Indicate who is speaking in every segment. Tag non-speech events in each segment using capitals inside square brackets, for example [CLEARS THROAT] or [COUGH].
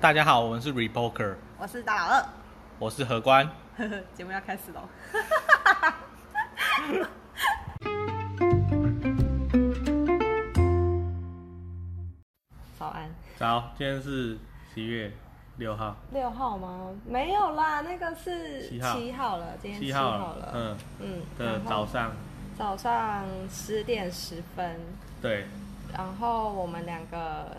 Speaker 1: 大家好，我们是 Repoker，
Speaker 2: 我是大老二
Speaker 1: 我是何官。
Speaker 2: 呵呵， [LAUGHS] 节目要开始喽。早安，
Speaker 1: 早，今天是十一月六号，
Speaker 2: 六号吗？没有啦，那个是
Speaker 1: 七号
Speaker 2: 了，今天
Speaker 1: 七
Speaker 2: 七
Speaker 1: 号
Speaker 2: 号了。
Speaker 1: 嗯
Speaker 2: 嗯
Speaker 1: 的
Speaker 2: 然后
Speaker 1: 早上，
Speaker 2: 早上十点十分，
Speaker 1: 对，
Speaker 2: 然后我们两个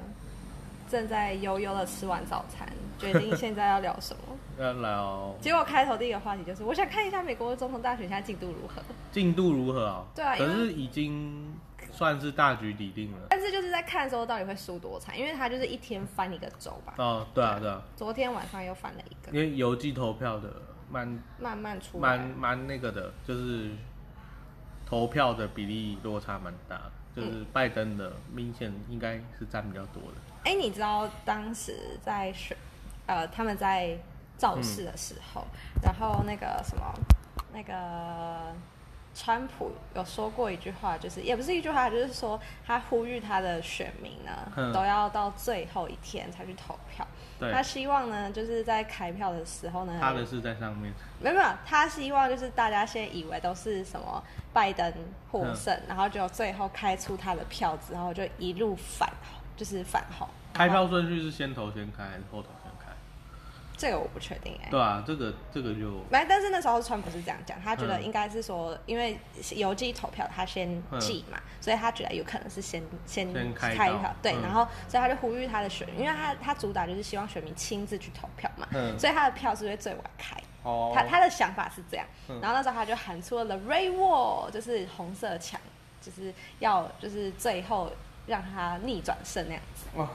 Speaker 2: 正在悠悠的吃完早
Speaker 1: [LAUGHS]
Speaker 2: 餐，决定现在要聊什么。
Speaker 1: 要聊
Speaker 2: 结果开头第一个话题就是，我想看一下美国总统大选现在进度如何。
Speaker 1: 进度如何哦？
Speaker 2: 对啊
Speaker 1: 可
Speaker 2: 因为
Speaker 1: 是已经算是大局已定了。
Speaker 2: 但是就是在看的时候到底会输多惨，因为他就是一天翻一个州吧。
Speaker 1: 哦，对啊，对啊，
Speaker 2: 昨天晚上又翻了一个，
Speaker 1: 因为邮寄投票的蛮
Speaker 2: 慢慢出
Speaker 1: 蛮
Speaker 2: 来。
Speaker 1: 蛮那个的，就是投票的比例落差蛮大的，
Speaker 2: 嗯
Speaker 1: 就是拜登的明显应该是占比较多的。
Speaker 2: 哎、你知道当时在选，呃，他们在造势的时候，
Speaker 1: 嗯
Speaker 2: 然后那个什么，那个川普有说过一句话，就是也不是一句话，就是说他呼吁他的选民呢，
Speaker 1: 嗯
Speaker 2: 都要到最后一天才去投票。
Speaker 1: 对
Speaker 2: 他，希望呢，就是在开票的时候呢，
Speaker 1: 他的是在上面。
Speaker 2: 没有没有，他希望就是大家现在以为都是什么拜登获胜，
Speaker 1: 嗯
Speaker 2: 然后就最后开出他的票之后就一路反，就是反红。
Speaker 1: 开
Speaker 2: 然后
Speaker 1: 票顺序是先投先开还是后投先开？
Speaker 2: 这个我不确定哎、
Speaker 1: 对啊，这个这个就
Speaker 2: 反正但是那时候川普是这样讲，他觉得
Speaker 1: 嗯
Speaker 2: 应该是说，因为邮寄投票他先寄嘛，所以他觉得有可能是先先
Speaker 1: 嗯先开
Speaker 2: 开
Speaker 1: 到
Speaker 2: 票，对，
Speaker 1: 嗯
Speaker 2: 然后所以他就呼吁他的选民，因为他他主打就是希望选民亲自去投票嘛，
Speaker 1: 嗯
Speaker 2: 所以他的票是会最晚开。
Speaker 1: 哦
Speaker 2: 他他的想法是这样，
Speaker 1: 嗯
Speaker 2: 然后那时候他就喊出了 The Red Wall，就是红色墙，就是要就是最后让他逆转胜那样子。
Speaker 1: 哇，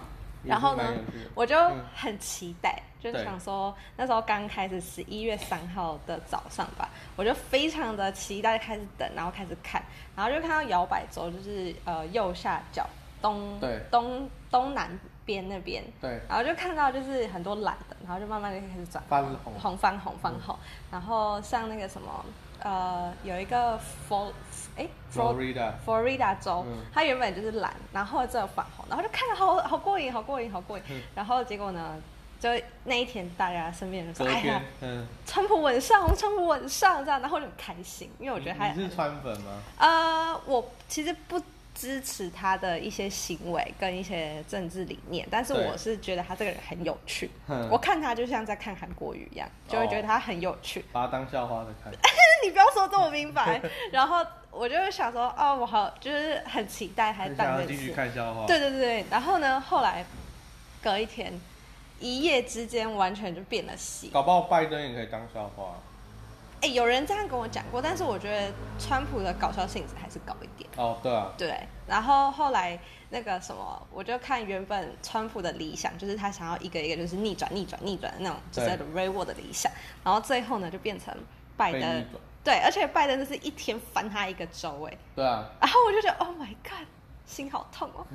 Speaker 2: 然后呢
Speaker 1: 也是蛮有趣的，
Speaker 2: 我就
Speaker 1: 嗯
Speaker 2: 很期待，就是
Speaker 1: 对
Speaker 2: 想说那时候刚开始十一月三号的早上吧，我就非常的期待开始等，然后开始看，然后就看到摇摆州就是呃右下角东
Speaker 1: 对
Speaker 2: 东东南边那边，
Speaker 1: 对
Speaker 2: 然后就看到就是很多蓝的，然后就慢慢的开始转
Speaker 1: 翻红
Speaker 2: 红翻红翻红，然后像那个什么呃有一个 Flo 哎
Speaker 1: Florida
Speaker 2: Florida 州，
Speaker 1: 嗯
Speaker 2: 它原本就是蓝，然后后来只有反红，然后就看着好好过瘾，好过瘾，好过瘾。
Speaker 1: 嗯
Speaker 2: 然后结果呢，就那一天大家身边人说：“
Speaker 1: 隔
Speaker 2: 哎呀
Speaker 1: 天，，嗯，
Speaker 2: 川普稳上，川普稳上。”这样，然后我就很开心，因为我觉得他
Speaker 1: 你是川粉吗？
Speaker 2: 呃，我其实不支持他的一些行为跟一些政治理念，但是
Speaker 1: 对
Speaker 2: 我是觉得他这个人很有趣
Speaker 1: 嗯。
Speaker 2: 我看他就像在看韩国语一样，就会觉得
Speaker 1: 哦
Speaker 2: 他很有趣。
Speaker 1: 把他当校花的看。
Speaker 2: 你不要说这么明
Speaker 1: [LAUGHS]
Speaker 2: 白。然后我就想说，哦，我好，就是很期待还
Speaker 1: 很
Speaker 2: 当
Speaker 1: 想
Speaker 2: 这
Speaker 1: 要继续
Speaker 2: 次。
Speaker 1: 看校花。
Speaker 2: 对对对对，然后呢，后来隔一天，一夜之间完全就变了戏。
Speaker 1: 搞不好拜登也可以当校花。
Speaker 2: 哎，有人这样跟我讲过，但是我觉得川普的搞笑性质还是高一点。
Speaker 1: 哦，对啊，
Speaker 2: 对，然后后来那个什么，我就看原本川普的理想，就是他想要一个一个就是逆转、逆转、逆转的那种，就是
Speaker 1: 对
Speaker 2: r a y w a r d 的理想，然后最后呢就变成拜
Speaker 1: 被逆
Speaker 2: 登，
Speaker 1: 转。
Speaker 2: 对，而且拜登就是一天翻他一个州，哎，
Speaker 1: 对啊，
Speaker 2: 然后我就觉得 Oh my God，心好痛哦！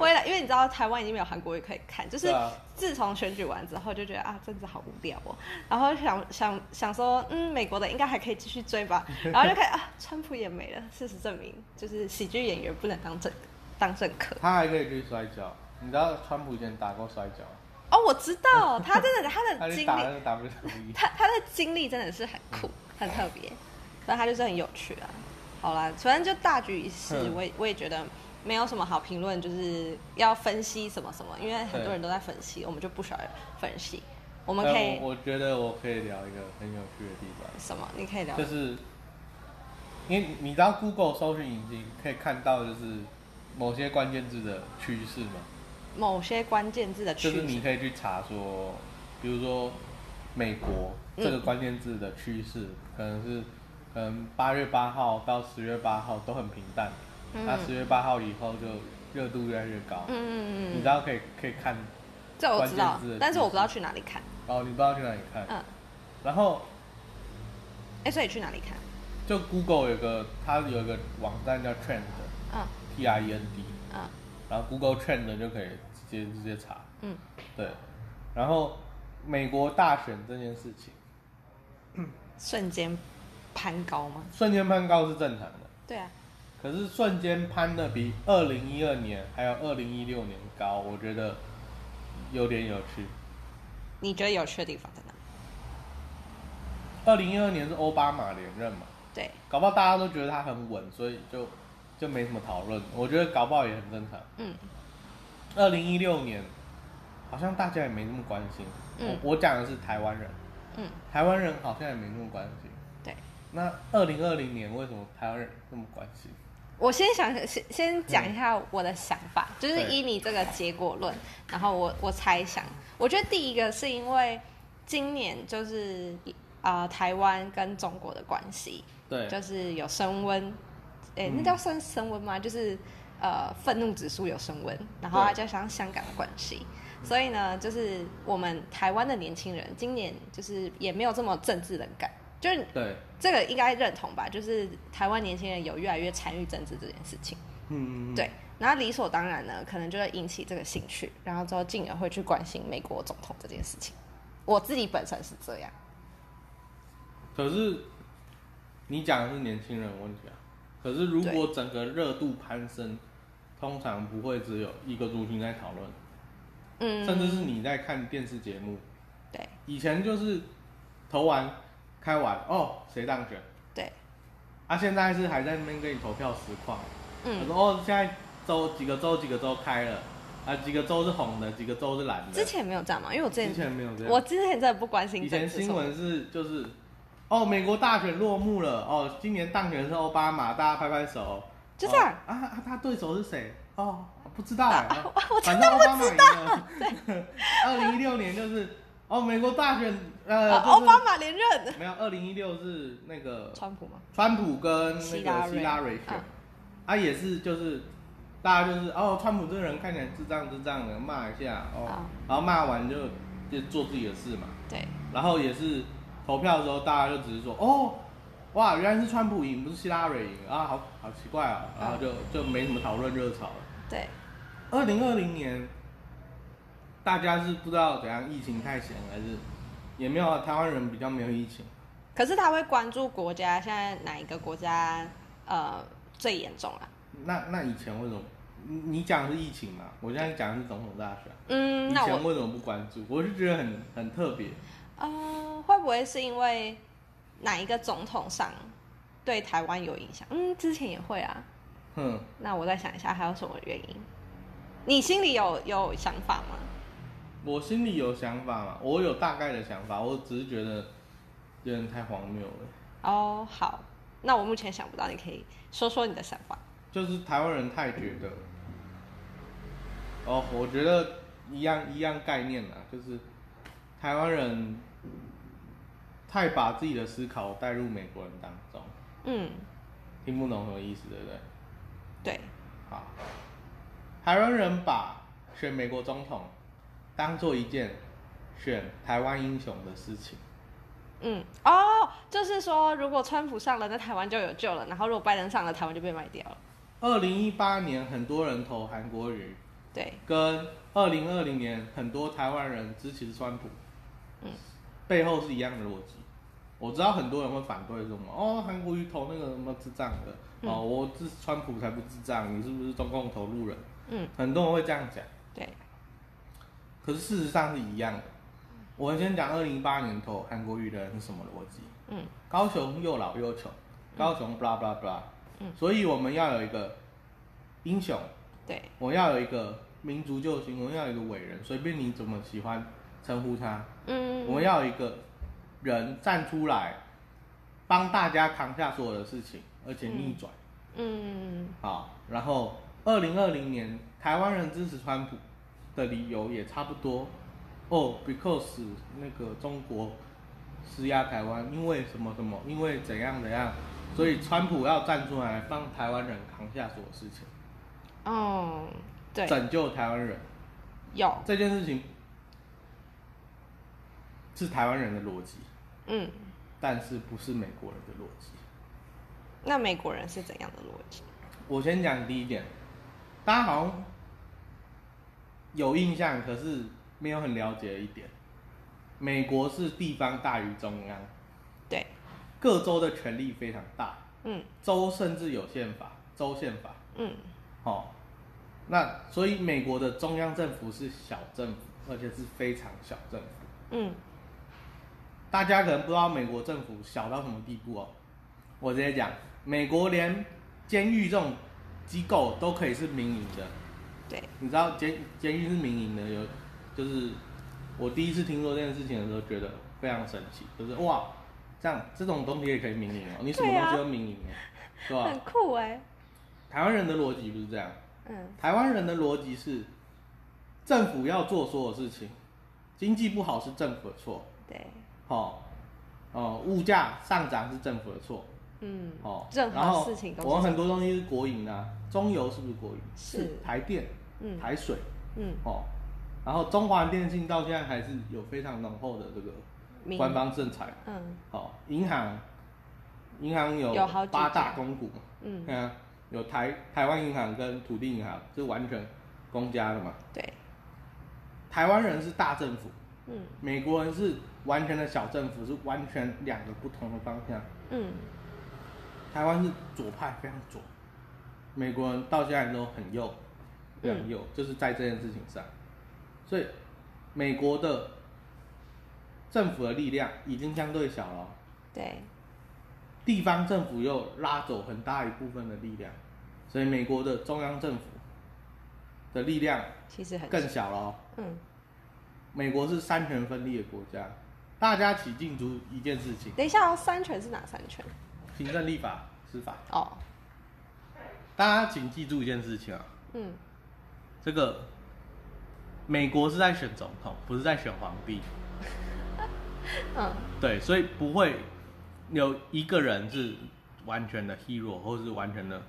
Speaker 2: 回来，因为你知道台湾已经没有韩国语可以看，就是
Speaker 1: 对啊
Speaker 2: 自从选举完之后就觉得啊，政治好无聊哦。然后想想想说，嗯，美国的应该还可以继续追
Speaker 1: [LAUGHS]
Speaker 2: 吧。然后就看啊，川普也没了。事实证明，就是喜剧演员不能当政当政客。
Speaker 1: 他还可以去摔跤。你知道川普以前打过摔跤，
Speaker 2: 哦，我知道，他真的他
Speaker 1: [LAUGHS] 他
Speaker 2: 的
Speaker 1: 去
Speaker 2: 经
Speaker 1: 打那
Speaker 2: 历，
Speaker 1: 个 WWE。
Speaker 2: 他他的经历真的是很酷，
Speaker 1: 嗯
Speaker 2: 很特别，但他就是很有趣啊。好啦，反正就大局已失，
Speaker 1: 嗯
Speaker 2: 我也我也觉得没有什么好评论，就是要分析什么什么，因为很
Speaker 1: 对
Speaker 2: 多人都在分析，我们就不需要分析，我们可
Speaker 1: 呃
Speaker 2: 以
Speaker 1: 我我觉得我可以聊一个很有趣的地方。
Speaker 2: 什么？你可以聊
Speaker 1: 就是因为你知道 Google 搜寻引擎可以看到就是某些关键字的趋势嘛，
Speaker 2: 某些关键字的
Speaker 1: 就
Speaker 2: 趋
Speaker 1: 是你
Speaker 2: 势。
Speaker 1: 可以去查说，比如说美国这个关键字的趋势，可能是可能八月八号到十月八号都很平淡，
Speaker 2: 嗯
Speaker 1: 那十月八号以后就热度越来越高，你
Speaker 2: 嗯嗯
Speaker 1: 知
Speaker 2: 嗯，
Speaker 1: 道可以可以看，
Speaker 2: 这我知道
Speaker 1: 关键字的趋势，
Speaker 2: 但是我不知道去哪里看。
Speaker 1: 哦，你不知道去哪里看，
Speaker 2: 嗯，
Speaker 1: 然后
Speaker 2: 哎，所以去哪里看？
Speaker 1: 就 Google 有个它有一个网站叫 Trend，T
Speaker 2: 嗯
Speaker 1: R E N D。
Speaker 2: 嗯
Speaker 1: 然后 Google Trend 就可以直接直接查，
Speaker 2: 嗯，
Speaker 1: 对。然后美国大选这件事情，
Speaker 2: 瞬间攀高吗？
Speaker 1: 瞬间攀高是正常的，
Speaker 2: 对啊，
Speaker 1: 可是瞬间攀的比二零一二年还有二零一六年高，我觉得有点有趣。
Speaker 2: 你觉得有趣的地方在哪？
Speaker 1: 二零一二年是奥巴马连任嘛，
Speaker 2: 对，
Speaker 1: 搞不好大家都觉得他很稳，所以就就没什么讨论。我觉得搞不好也很正常。
Speaker 2: 嗯
Speaker 1: 二零一六年好像大家也没那么关心。
Speaker 2: 嗯
Speaker 1: 我我讲的是台湾人，
Speaker 2: 嗯，
Speaker 1: 台湾人好像也没那么关心。
Speaker 2: 对。
Speaker 1: 那二零二零年为什么台湾人那么关心？
Speaker 2: 我先想先先讲一下我的想法，就是
Speaker 1: 嗯对
Speaker 2: 依你这个结果论，然后我我猜想，我觉得第一个是因为今年就是啊、呃台湾跟中国的关系，
Speaker 1: 对嗯
Speaker 2: 就是有升温，诶、那叫算升温吗？就是呃，愤怒指数有升温，然后
Speaker 1: 对
Speaker 2: 再加上香港的关系，所以呢，就是我们台湾的年轻人今年就是也没有这么政治冷感，就是
Speaker 1: 对，
Speaker 2: 这个应该认同吧？就是台湾年轻人有越来越参与政治这件事情，
Speaker 1: 嗯，
Speaker 2: 对，然后理所当然呢，可能就会引起这个兴趣，然后之后进而会去关心美国总统这件事情。我自己本身是这样，
Speaker 1: 可是你讲的是年轻人的问题啊。可是如果整个热度攀升，通常不会只有一个族群在讨论，
Speaker 2: 嗯，
Speaker 1: 甚至是你在看电视节目，
Speaker 2: 对
Speaker 1: 以前就是投完开完哦谁当选，
Speaker 2: 对，
Speaker 1: 啊现在是还在那边给你投票实况，他
Speaker 2: 嗯，
Speaker 1: 说哦现在州几个州几个州开了，啊几个州是红的，几个州是蓝的，
Speaker 2: 之前没有这样嘛，因为我之前
Speaker 1: 之前没有这样，
Speaker 2: 我之前真的不关心
Speaker 1: 啊以
Speaker 2: 政
Speaker 1: 前
Speaker 2: 治
Speaker 1: 新闻是就是，哦，美国大选落幕了，哦，今年当选是奥巴马，大家拍拍手，
Speaker 2: 就这样
Speaker 1: 哦啊啊，他对手是谁？哦，不知道、
Speaker 2: 啊
Speaker 1: 哎，
Speaker 2: 啊我
Speaker 1: 反正奥巴马赢了。 [LAUGHS] 二零一六年就是，哦，美国大选，呃，就
Speaker 2: 啊
Speaker 1: 是呃
Speaker 2: 奥巴马连任，
Speaker 1: 没有，二零一六是那个
Speaker 2: 川普吗？
Speaker 1: 川普跟那
Speaker 2: 希
Speaker 1: 个
Speaker 2: 拉
Speaker 1: 希
Speaker 2: 蕊
Speaker 1: 拉蕊选
Speaker 2: 嗯，
Speaker 1: 啊，也是就是。大家就是哦，川普这个人看起来智障智障的，骂一下哦，
Speaker 2: 啊
Speaker 1: 然后骂完就就做自己的事嘛。
Speaker 2: 对
Speaker 1: 然后也是投票的时候，大家就只是说，哦，哇，原来是川普赢，不是希拉蕊赢啊，好好奇怪哦，然后就就没什么讨论热潮了。
Speaker 2: 对，
Speaker 1: 二零二零年，大家是不知道怎样，疫情太闲还是也没有啊台湾人比较没有疫情，
Speaker 2: 可是他会关注国家现在哪一个国家呃最严重啊？
Speaker 1: 那那以前为什么？你你讲的是疫情嘛？我现在讲的是总统大选，
Speaker 2: 嗯，
Speaker 1: 以
Speaker 2: 那
Speaker 1: 前
Speaker 2: 我
Speaker 1: 为什么不关注？我是觉得很很特别，
Speaker 2: 呃会不会是因为哪一个总统上对台湾有影响？嗯，之前也会啊。
Speaker 1: 哼。
Speaker 2: 那我再想一下还有什么原因？你心里有有想法吗？
Speaker 1: 我心里有想法嘛，我有大概的想法，我只是觉得有点太荒谬了。
Speaker 2: 哦，好，那我目前想不到，你可以说说你的想法。
Speaker 1: 就是台湾人太觉得，哦，我觉得一样一样概念啦，就是台湾人太把自己的思考带入美国人当中，
Speaker 2: 嗯，
Speaker 1: 听不懂什么意思，对不对？
Speaker 2: 对，
Speaker 1: 好，台湾人把选美国总统当做一件选台湾英雄的事情，
Speaker 2: 嗯，哦，就是说，如果川普上了，那台湾就有救了；然后如果拜登上了，台湾就被卖掉了。
Speaker 1: 二零一八年，很多人投韩国瑜，
Speaker 2: 对，
Speaker 1: 跟二零二零年很多台湾人支持川普，
Speaker 2: 嗯，
Speaker 1: 背后是一样的逻辑。我知道很多人会反对什么哦，韩国瑜投那个什么智障的、
Speaker 2: 嗯
Speaker 1: 哦，我支持川普才不智障，你是不是中共投入人？
Speaker 2: 嗯，
Speaker 1: 很多人会这样讲，
Speaker 2: 对，
Speaker 1: 可是事实上是一样的。我们先讲二零一八年投韩国瑜的人是什么逻辑？
Speaker 2: 嗯
Speaker 1: 高雄又老又穷，高雄 blah blah blah，、
Speaker 2: 嗯
Speaker 1: 所以我们要有一个英雄，
Speaker 2: 对，
Speaker 1: 我要有一个民族救星，我要有一个伟人，随便你怎么喜欢称呼他，
Speaker 2: 嗯，
Speaker 1: 我要有一个人站出来，帮大家扛下所有的事情，而且逆转。
Speaker 2: 嗯
Speaker 1: 好，然后二零二零年台湾人支持川普的理由也差不多哦、b e c a u s e 那个中国施压台湾，因为什么什么，因为怎样怎样，所以川普要站出来帮台湾人扛下所有事情，
Speaker 2: 哦，对，
Speaker 1: 拯救台湾人。
Speaker 2: 有，
Speaker 1: 这件事情是台湾人的逻辑，
Speaker 2: 嗯，
Speaker 1: 但是不是美国人的逻辑。
Speaker 2: 那美国人是怎样的逻辑？
Speaker 1: 我先讲第一点，大家好像有印象，可是没有很了解的一点，美国是地方大于中央，
Speaker 2: 对，
Speaker 1: 各州的权力非常大，
Speaker 2: 嗯
Speaker 1: 州甚至有宪法，州宪法。
Speaker 2: 嗯
Speaker 1: 哦，那所以美国的中央政府是小政府，而且是非常小政府。
Speaker 2: 嗯，
Speaker 1: 大家可能不知道美国政府小到什么地步哦。我直接讲，美国连监狱这种机构都可以是民营的。
Speaker 2: 对，
Speaker 1: 你知道监监狱是民营的，有就是我第一次听说这件事情的时候，觉得非常神奇，就是哇，这样这种东西也可以民营哦，你什么
Speaker 2: 对啊
Speaker 1: 东西都民营哎，对吧、
Speaker 2: 很酷哎、
Speaker 1: 台湾人的逻辑不是这样，
Speaker 2: 嗯
Speaker 1: 台湾人的逻辑是政府要做所有事情，经济不好是政府的错，
Speaker 2: 对，
Speaker 1: 哦，哦，物价上涨是政府的错，
Speaker 2: 嗯，
Speaker 1: 哦，
Speaker 2: 任
Speaker 1: 然后
Speaker 2: 何事情都
Speaker 1: 我们
Speaker 2: 是
Speaker 1: 很多东西是国营的啊、中油是不是国营？
Speaker 2: 是
Speaker 1: 台电、
Speaker 2: 嗯
Speaker 1: 台水，
Speaker 2: 嗯
Speaker 1: 哦，然后中华电信到现在还是有非常浓厚的这个
Speaker 2: 民
Speaker 1: 官方政财，
Speaker 2: 嗯
Speaker 1: 哦，银行，银行有
Speaker 2: 有好几
Speaker 1: 八大
Speaker 2: 家
Speaker 1: 公股，
Speaker 2: 嗯
Speaker 1: 看啊，有台台湾银行跟土地银行是完全公家的嘛，
Speaker 2: 对，
Speaker 1: 台湾人是大政府，
Speaker 2: 嗯
Speaker 1: 美国人是完全的小政府，是完全两个不同的方向。
Speaker 2: 嗯
Speaker 1: 台湾是左派，非常左。美国人到现在都很右，非常右，就是在这件事情上。所以，美国的政府的力量已经相对小了哦，
Speaker 2: 对，
Speaker 1: 地方政府又拉走很大一部分的力量，所以美国的中央政府的力量
Speaker 2: 其实很
Speaker 1: 更小了哦。
Speaker 2: 嗯，
Speaker 1: 美国是三权分立的国家，大家起竞逐一件事情：
Speaker 2: 等一下、哦，三权是哪三权？
Speaker 1: 行政、立法、司法。
Speaker 2: 哦，
Speaker 1: 大家请记住一件事情啊，
Speaker 2: 嗯
Speaker 1: 这个美国是在选总统，不是在选皇帝，
Speaker 2: 嗯，
Speaker 1: 对，所以不会有一个人是完全的 hero 或是完全的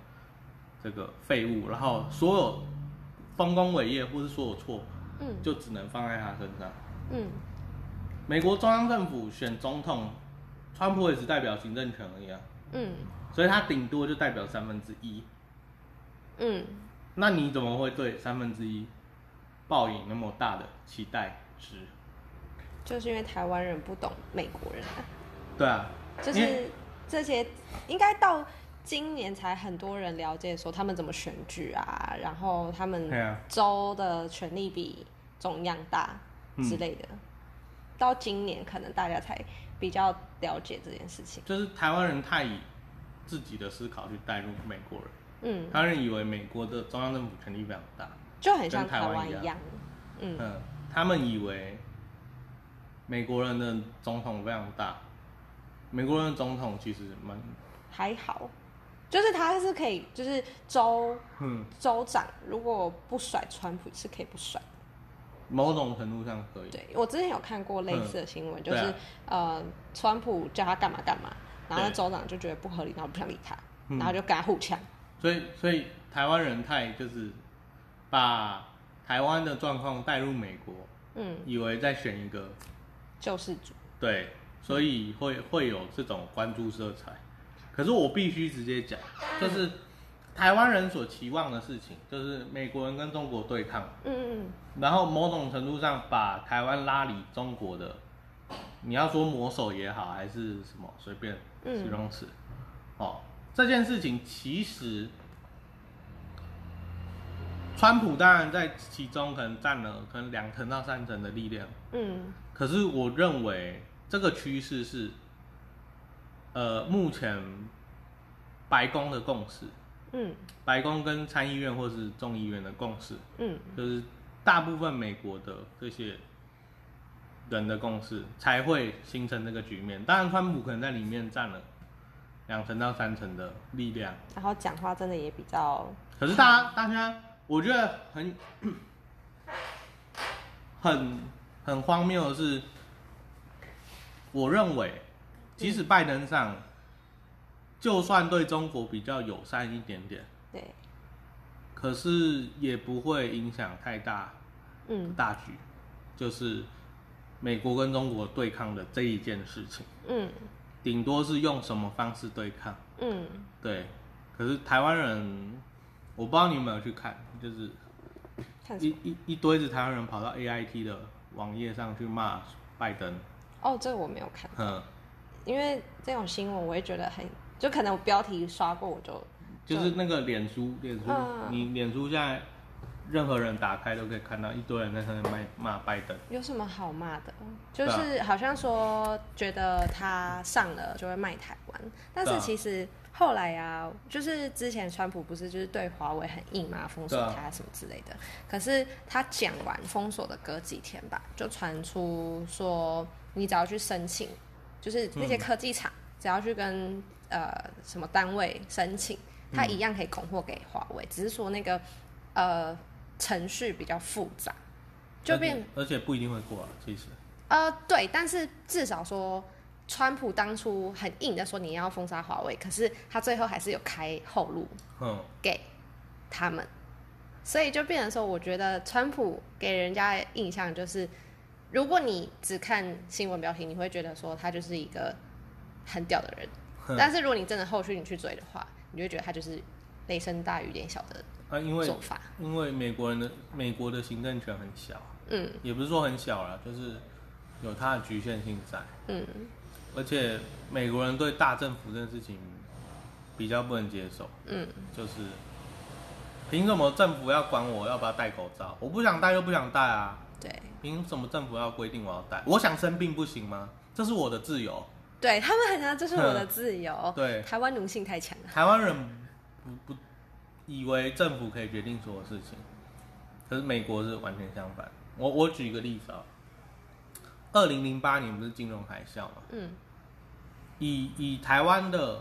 Speaker 1: 这个废物，然后所有丰功伟业或是所有错
Speaker 2: 嗯
Speaker 1: 就只能放在他身上。
Speaker 2: 嗯
Speaker 1: 美国中央政府选总统，川普也只代表行政权而已啊，
Speaker 2: 嗯
Speaker 1: 所以他顶多就代表三分之一。
Speaker 2: 嗯，
Speaker 1: 啊那你怎么会对三分之一抱以那么大的期待值？
Speaker 2: 就是因为台湾人不懂美国人、啊，
Speaker 1: 对啊，
Speaker 2: 就
Speaker 1: 因为
Speaker 2: 是这些应该到今年才很多人了解说他们怎么选举啊，然后他
Speaker 1: 对
Speaker 2: 们
Speaker 1: 啊
Speaker 2: 州的权力比中央大之
Speaker 1: 嗯
Speaker 2: 类的，到今年可能大家才比较了解这件事情。
Speaker 1: 就是台湾人太以自己的思考去带入美国人，
Speaker 2: 嗯，
Speaker 1: 台湾人以为美国的中央政府权力非常大，
Speaker 2: 就很像
Speaker 1: 跟台
Speaker 2: 台
Speaker 1: 湾
Speaker 2: 湾
Speaker 1: 一
Speaker 2: 一
Speaker 1: 样
Speaker 2: 样。嗯
Speaker 1: 嗯，他们以为美国人的总统非常大，嗯美国人的总统其实蛮，
Speaker 2: 还好，就是他是可以，就是州
Speaker 1: 嗯，
Speaker 2: 州长如果不甩川普是可以不甩。
Speaker 1: 某种程度上可以，
Speaker 2: 对我之前有看过类似的新闻，
Speaker 1: 嗯
Speaker 2: 就是、
Speaker 1: 对啊
Speaker 2: 呃，川普叫他干嘛干嘛，然后
Speaker 1: 对
Speaker 2: 州长就觉得不合理，然后不想理他，
Speaker 1: 嗯
Speaker 2: 然后就跟他互呛。
Speaker 1: 所以所以台湾人太就是把台湾的状况带入美国，
Speaker 2: 嗯，
Speaker 1: 以为在选一个
Speaker 2: 救世主。
Speaker 1: 对，所以会会有这种关注色彩。可是我必须直接讲，就是台湾人所期望的事情，就是美国人跟中国对抗，
Speaker 2: 嗯嗯
Speaker 1: 然后某种程度上把台湾拉离中国的，你要说魔手也好，还是什么随便
Speaker 2: 嗯
Speaker 1: 形容词，哦，这件事情其实。川普当然在其中可能占了可能两成到三成的力量，
Speaker 2: 嗯
Speaker 1: 可是我认为这个趋势是，呃，目前白宫的共识，
Speaker 2: 嗯
Speaker 1: 白宫跟参议院或是众议院的共识，
Speaker 2: 嗯
Speaker 1: 就是大部分美国的这些人的共识才会形成这个局面。当然，川普可能在里面占了两成到三成的力量，
Speaker 2: 嗯，然后讲话真的也比较
Speaker 1: 可是大家大家，我觉得很很很荒谬的是，我认为即使拜登上，就算对中国比较友善一点点，
Speaker 2: 对，
Speaker 1: 可是也不会影响太大
Speaker 2: 嗯
Speaker 1: 大局，就是美国跟中国对抗的这一件事情，
Speaker 2: 嗯
Speaker 1: 顶多是用什么方式对抗。
Speaker 2: 嗯，
Speaker 1: 对，可是台湾人，我不知道你有没有去看，就是
Speaker 2: 看什
Speaker 1: 一
Speaker 2: 么？
Speaker 1: 一一堆子台湾人跑到 AIT 的网页上去骂拜登，
Speaker 2: 哦，这个我没有看，
Speaker 1: 嗯，
Speaker 2: 因为这种新闻我会觉得很，就可能我标题刷过我就
Speaker 1: 就是那个脸书，脸书，
Speaker 2: 嗯
Speaker 1: 你脸书现在任何人打开都可以看到一堆人在上面骂骂拜登。
Speaker 2: 有什么好骂的？就
Speaker 1: 对啊
Speaker 2: 是好像说觉得他上了就会卖台湾，但
Speaker 1: 对
Speaker 2: 是
Speaker 1: 啊
Speaker 2: 其实后来啊，就是之前川普不是就是对华为很硬嘛，封锁
Speaker 1: 对啊
Speaker 2: 他什么之类的。可是他讲完封锁的隔几天吧，就传出说你只要去申请，就是那
Speaker 1: 嗯
Speaker 2: 些科技厂、只要去跟呃什么单位申请，
Speaker 1: 嗯
Speaker 2: 他一样可以供货给华为，只是说那个呃程序比较复杂，就变
Speaker 1: 而且而且不一定会过啊，其实。
Speaker 2: 呃，对，但是至少说，川普当初很硬的说你要封杀华为，可是他最后还是有开后路
Speaker 1: 嗯，
Speaker 2: 给他们，所以就变成说，我觉得川普给人家的印象就是，如果你只看新闻标题，你会觉得说他就是一个很屌的人，
Speaker 1: 哼
Speaker 2: 但是如果你真的后续你去追的话，你就会觉得他就是雷声大雨点小的
Speaker 1: 啊，因为
Speaker 2: 做法，
Speaker 1: 因为美国人的美国的行政权很小，
Speaker 2: 嗯
Speaker 1: 也不是说很小啦，就是有它的局限性在，
Speaker 2: 嗯，
Speaker 1: 而且美国人对大政府这件事情比较不能接受，
Speaker 2: 嗯，
Speaker 1: 就是凭什么政府要管我要不要戴口罩？我不想戴就不想戴啊，
Speaker 2: 对。
Speaker 1: 凭什么政府要规定我要戴？我想生病不行吗？这是我的自由。
Speaker 2: 对他们很像，这是我的自由。
Speaker 1: 嗯对
Speaker 2: 台湾奴性太强了。
Speaker 1: 台湾人不不以为政府可以决定所有事情，可是美国是完全相反。我我举一个例子啊，二零零八年不是金融海啸嘛？
Speaker 2: 嗯，
Speaker 1: 以以台湾的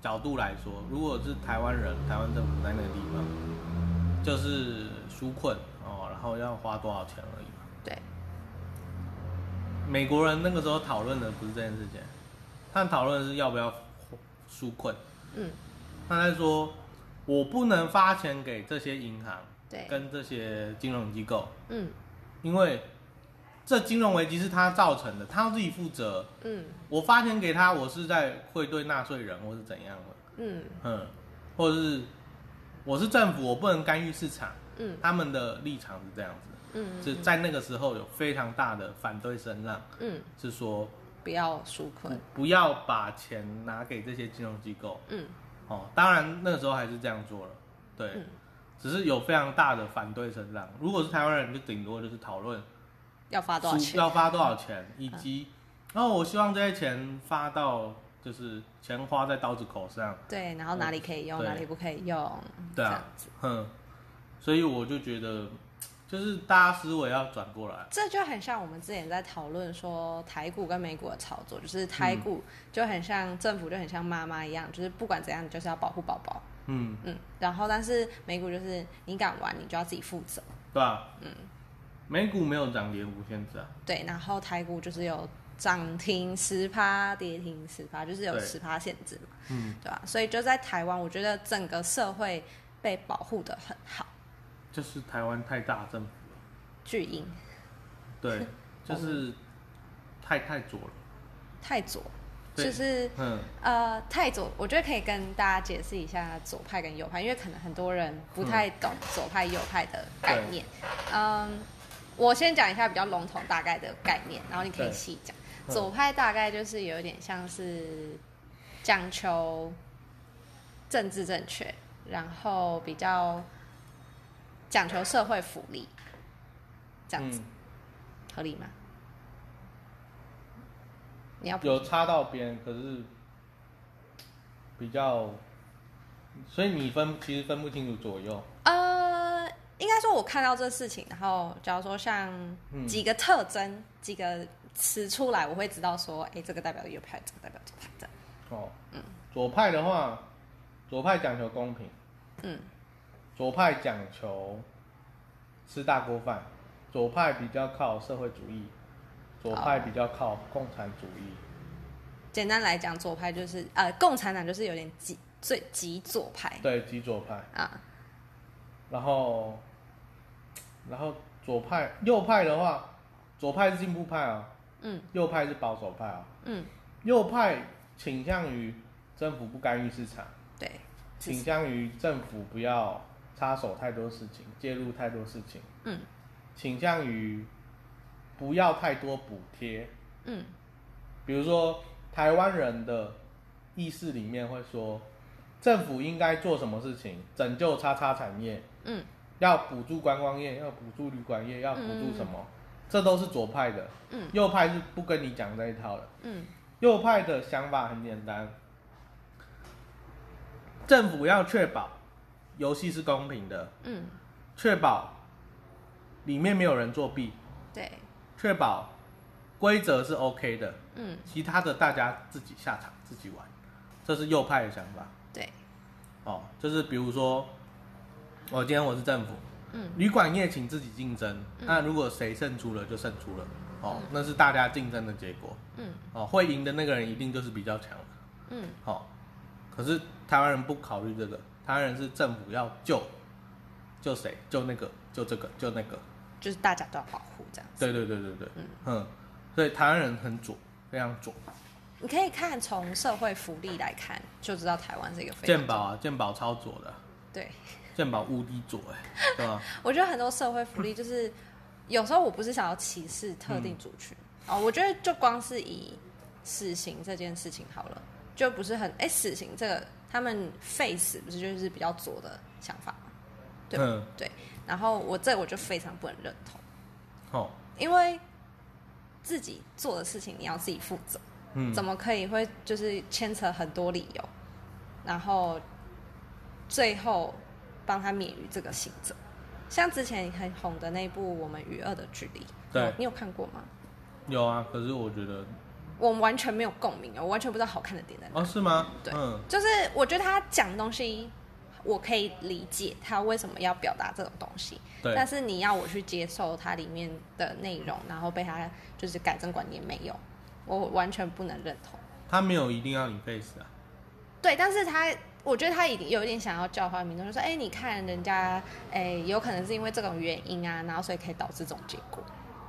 Speaker 1: 角度来说，如果是台湾人，台湾政府在那个地方，就是纾困哦，然后要花多少钱而已嘛。
Speaker 2: 对。
Speaker 1: 美国人那个时候讨论的不是这件事情，他们讨论的是要不要纾困。
Speaker 2: 嗯，
Speaker 1: 他在说，我不能发钱给这些银行
Speaker 2: 对，
Speaker 1: 跟这些金融机构，
Speaker 2: 嗯
Speaker 1: 因为这金融危机是他造成的，他要自己负责。
Speaker 2: 嗯
Speaker 1: 我发钱给他，我是在会对纳税人或是怎样的，
Speaker 2: 嗯
Speaker 1: 嗯，或者是我是政府，我不能干预市场。
Speaker 2: 嗯
Speaker 1: 他们的立场是这样子，
Speaker 2: 嗯
Speaker 1: 是在那个时候有非常大的反对声浪，
Speaker 2: 嗯，
Speaker 1: 是说
Speaker 2: 不要纾
Speaker 1: 不
Speaker 2: 困。
Speaker 1: 不要把钱拿给这些金融机构。
Speaker 2: 嗯
Speaker 1: 哦，当然那时候还是这样做了，对，
Speaker 2: 嗯
Speaker 1: 只是有非常大的反对声浪。如果是台湾人，就顶多就是讨论
Speaker 2: 要发多少
Speaker 1: 出
Speaker 2: 钱？嗯
Speaker 1: 要发多少钱，以及，然后我希望这些钱发到就是钱花在刀子口上，
Speaker 2: 对，然后哪里可以用，
Speaker 1: 嗯对
Speaker 2: 哪里不可以用？
Speaker 1: 对
Speaker 2: 嗯这
Speaker 1: 啊
Speaker 2: 样子，
Speaker 1: 哼，所以我就觉得，就是大家思维要转过来，
Speaker 2: 这就很像我们之前在讨论说台股跟美股的操作，就是台
Speaker 1: 嗯
Speaker 2: 股就很像政府就很像妈妈一样，就是不管怎样，你就是要保护宝宝。
Speaker 1: 嗯，
Speaker 2: 嗯，然后但是美股就是你敢玩，你就要自己负责。
Speaker 1: 对吧、嗯，美股没有涨跌无限制啊，
Speaker 2: 对，然后台股就是有涨停十趴，跌停十趴，就是有
Speaker 1: 对
Speaker 2: 十趴限制嘛，
Speaker 1: 嗯，
Speaker 2: 对吧、所以就在台湾，我觉得整个社会被保护的很好，
Speaker 1: 就是台湾太大政府了，
Speaker 2: 巨婴 [LAUGHS]
Speaker 1: 对，就是太太左了，
Speaker 2: 太左，
Speaker 1: 对
Speaker 2: 就是
Speaker 1: 嗯。
Speaker 2: 呃太左，我觉得可以跟大家解释一下左派跟右派，因为可能很多人不太懂左派右派的概念。嗯，我先讲一下比较笼统大概的概念，然后你可以
Speaker 1: 对
Speaker 2: 细讲。
Speaker 1: 嗯
Speaker 2: 左派大概就是有点像是讲求政治正确，然后比较讲求社会福利，这样子、
Speaker 1: 嗯
Speaker 2: 合理吗？你要补
Speaker 1: 有插到别人，可是比较，所以你分其实分不清楚左右。
Speaker 2: 呃，应该说我看到这事情，然后假如说像
Speaker 1: 嗯
Speaker 2: 几个特征、几个词出来，我会知道说，哎、这个代表右派，这个代表左派这样
Speaker 1: 哦，左派的话，左派讲求公平，
Speaker 2: 嗯，
Speaker 1: 左派讲求吃大锅饭，左派比较靠社会主义，左派比较靠共产主义。
Speaker 2: 简单来讲，左派就是呃，共产党就是有点极最极左派
Speaker 1: 对，极左派。
Speaker 2: 啊，
Speaker 1: 然后，然后左派、右派的话，左派是进步派啊、
Speaker 2: 嗯
Speaker 1: 右派是保守派啊、
Speaker 2: 嗯，
Speaker 1: 右派倾向于政府不干预市场，
Speaker 2: 对，
Speaker 1: 倾向于政府不要插手太多事情，介入太多事情，
Speaker 2: 嗯
Speaker 1: 倾向于不要太多补贴。
Speaker 2: 嗯
Speaker 1: 比如说，台湾人的意识里面会说，政府应该做什么事情拯救叉叉产业，
Speaker 2: 嗯
Speaker 1: 要补助观光业，要补助旅馆业，要补助什么，这都是左派的。
Speaker 2: 嗯，
Speaker 1: 右派是不跟你讲这一套的。
Speaker 2: 嗯
Speaker 1: 右派的想法很简单，政府要确保游戏是公平的，
Speaker 2: 嗯，
Speaker 1: 确保里面没有人作弊，
Speaker 2: 对，
Speaker 1: 确保规则是 OK 的，
Speaker 2: 嗯
Speaker 1: 其他的大家自己下场自己玩，这是右派的想法。
Speaker 2: 对，
Speaker 1: 哦，就是比如说，我、今天我是政府，
Speaker 2: 嗯
Speaker 1: 旅馆业请自己竞争，那如果谁胜出了就胜出了，哦，那是大家竞争的结果，
Speaker 2: 嗯
Speaker 1: 哦，会赢的那个人一定就是比较强的，
Speaker 2: 嗯
Speaker 1: 哦，可是台湾人不考虑这个，台湾人是政府要救，救谁？救那个，救这个，救那个，
Speaker 2: 就是大家都要保护这样子。
Speaker 1: 对对对对对，嗯，所以台湾人很左，非常左，
Speaker 2: 你可以看从社会福利来看，就知道台湾是一个非常
Speaker 1: 健保啊，健保超左的，
Speaker 2: 对。
Speaker 1: 健保无敌左
Speaker 2: [LAUGHS]
Speaker 1: 哎、对吧？
Speaker 2: 我觉得很多社会福利就是，有时候我不是想要歧视特定族群、哦，我觉得就光是以死刑这件事情好了，就不是很哎、死刑这个他们废死不是就是比较左的想法吗？对
Speaker 1: 嗯，
Speaker 2: 对，然后我这我就非常不能认同，
Speaker 1: 哦，
Speaker 2: 因为自己做的事情你要自己负责，
Speaker 1: 嗯，
Speaker 2: 怎么可以会就是牵扯很多理由，然后最后帮他免于这个刑责？像之前很红的那部《我们与恶的距离》，
Speaker 1: 对
Speaker 2: 哦你有看过吗？
Speaker 1: 有啊，可是我觉得，
Speaker 2: 我完全没有共鸣，哦我完全不知道好看的点在哪。
Speaker 1: 哦，是吗？
Speaker 2: 对
Speaker 1: 嗯，
Speaker 2: 就是我觉得他讲的东西，我可以理解他为什么要表达这种东西，
Speaker 1: 对，
Speaker 2: 但是你要我去接受它里面的内容，然后被他就是改正观念没有，我完全不能认同。
Speaker 1: 他没有一定要你 face 啊，
Speaker 2: 对，但是他我觉得他已经有一点想要教化民众，就说，哎、你看人家，哎、有可能是因为这种原因啊，然后所以可以导致这种结果，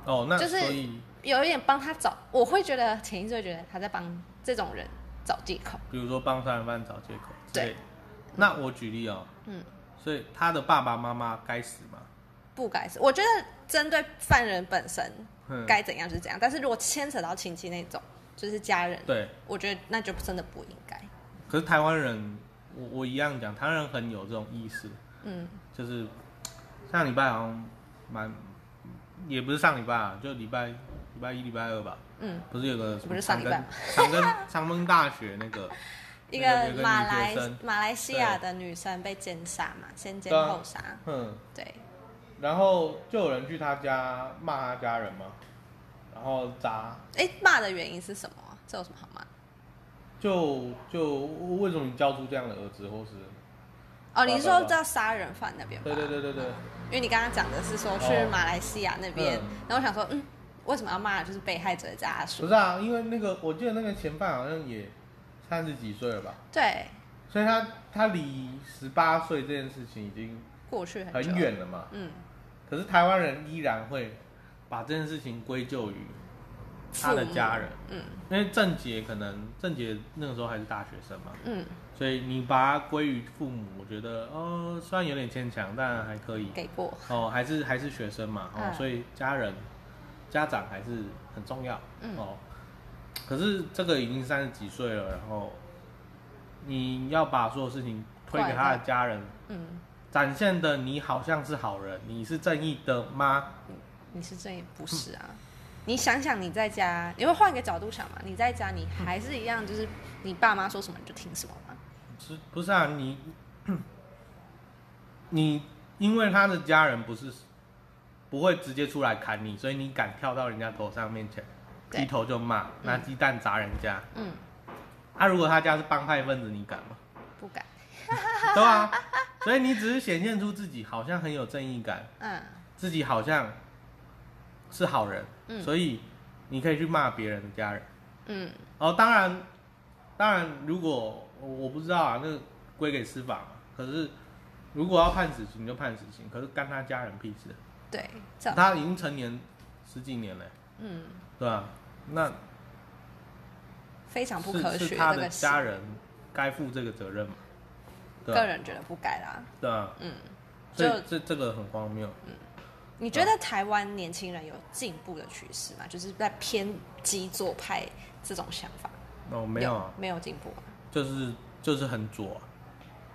Speaker 1: 哦，那
Speaker 2: 就是
Speaker 1: 所以，
Speaker 2: 有一点帮他找，我会觉得潜意识会觉得他在帮这种人找借口。
Speaker 1: 比如说帮杀人犯找借口，
Speaker 2: 对，
Speaker 1: 那我举例哦，
Speaker 2: 嗯，
Speaker 1: 所以他的爸爸妈妈该死吗？
Speaker 2: 不该是，我觉得针对犯人本身
Speaker 1: 嗯，
Speaker 2: 该怎样是怎样，但是如果牵扯到亲戚那种，就是家人，
Speaker 1: 对，
Speaker 2: 我觉得那就真的不应该。
Speaker 1: 可是台湾人，我我一样讲，台湾人很有这种意识，
Speaker 2: 嗯
Speaker 1: 就是上礼拜好像蛮，也不是上礼拜啊，就礼拜礼拜一、礼拜二吧，
Speaker 2: 嗯，
Speaker 1: 不是有个什么
Speaker 2: 不是上礼拜
Speaker 1: 长庚长庚长庚大学那个
Speaker 2: 一
Speaker 1: 那
Speaker 2: 个
Speaker 1: 个有一个
Speaker 2: 马
Speaker 1: 女
Speaker 2: 来
Speaker 1: 学生
Speaker 2: 马来西亚的女生被奸杀嘛，先奸
Speaker 1: 对啊
Speaker 2: 后杀，
Speaker 1: 嗯。
Speaker 2: 对，
Speaker 1: 然后就有人去他家骂他家人嘛，然后砸，
Speaker 2: 哎，骂的原因是什么啊？这有什么好骂？
Speaker 1: 就就为什么你教出这样的儿子，或是
Speaker 2: 哦，你是说
Speaker 1: 爸爸
Speaker 2: 叫杀人犯那边吧？
Speaker 1: 对对对对对，
Speaker 2: 因为你刚刚讲的是说去
Speaker 1: 哦
Speaker 2: 马来西亚那边，
Speaker 1: 嗯
Speaker 2: 然后我想说，嗯，为什么要骂就是被害者的家
Speaker 1: 不
Speaker 2: 属？
Speaker 1: 是啊，因为那个我记得那个嫌犯好像也三十几岁了吧，
Speaker 2: 对，
Speaker 1: 所以他他离十八岁这件事情已经
Speaker 2: 过去很久
Speaker 1: 很，远了嘛，
Speaker 2: 嗯，
Speaker 1: 可是台湾人依然会把这件事情归咎于他的家人，
Speaker 2: 父母，
Speaker 1: 因为郑杰可能郑杰那个时候还是大学生嘛，
Speaker 2: 嗯
Speaker 1: 所以你把它归于父母，我觉得哦，虽然有点牵强，但还可以
Speaker 2: 嗯，。给过，
Speaker 1: 哦，还是还是学生嘛，哦，
Speaker 2: 嗯
Speaker 1: 所以家人、家长还是很重要。
Speaker 2: 嗯
Speaker 1: 哦，可是这个已经三十几岁了，然后你要把所有事情推给他
Speaker 2: 怪
Speaker 1: 的
Speaker 2: 他
Speaker 1: 家人，
Speaker 2: 嗯，
Speaker 1: 展现的你好像是好人，你是正义的吗？
Speaker 2: 你是这也不是啊？你想想你在家，你会换个角度想嘛？你在家你还是一样，就是你爸妈说什么你就听什么嘛？
Speaker 1: 是不是啊？你 [CLEARS THROAT] 你因为他的家人不是不会直接出来砍你，所以你敢跳到人家头上面前，
Speaker 2: 对
Speaker 1: 低头就骂，拿鸡蛋砸人家。
Speaker 2: 嗯，
Speaker 1: 啊，如果他家是帮派分子，你敢
Speaker 2: [LAUGHS]
Speaker 1: 吗？
Speaker 2: 不敢，
Speaker 1: 对啊，所以你只是显现出自己好像很有正义感，
Speaker 2: 嗯
Speaker 1: 自己好像是好人，
Speaker 2: 嗯
Speaker 1: 所以你可以去骂别人的家人。
Speaker 2: 嗯
Speaker 1: 哦，当然，当然，如果我我不知道啊，那归给司法嘛。可是如果要判死刑就判死刑，可是干他家人屁事。
Speaker 2: 对，这样，
Speaker 1: 他已经成年十几年了，
Speaker 2: 嗯，
Speaker 1: 对吧、那
Speaker 2: 非常不可
Speaker 1: 是
Speaker 2: 取
Speaker 1: 是
Speaker 2: 这
Speaker 1: 他
Speaker 2: 个
Speaker 1: 的
Speaker 2: 行
Speaker 1: 家人该负这个责任嘛？对
Speaker 2: 个
Speaker 1: 吧、
Speaker 2: 人觉得不该啦。
Speaker 1: 对吧、
Speaker 2: 嗯，
Speaker 1: 所
Speaker 2: 就
Speaker 1: 以这这个很荒谬。
Speaker 2: 你觉得台湾年轻人有进步的趋势吗？就是在偏激左派这种想法，
Speaker 1: 哦，没有啊，
Speaker 2: 没有进步啊。
Speaker 1: 就是就是很左啊、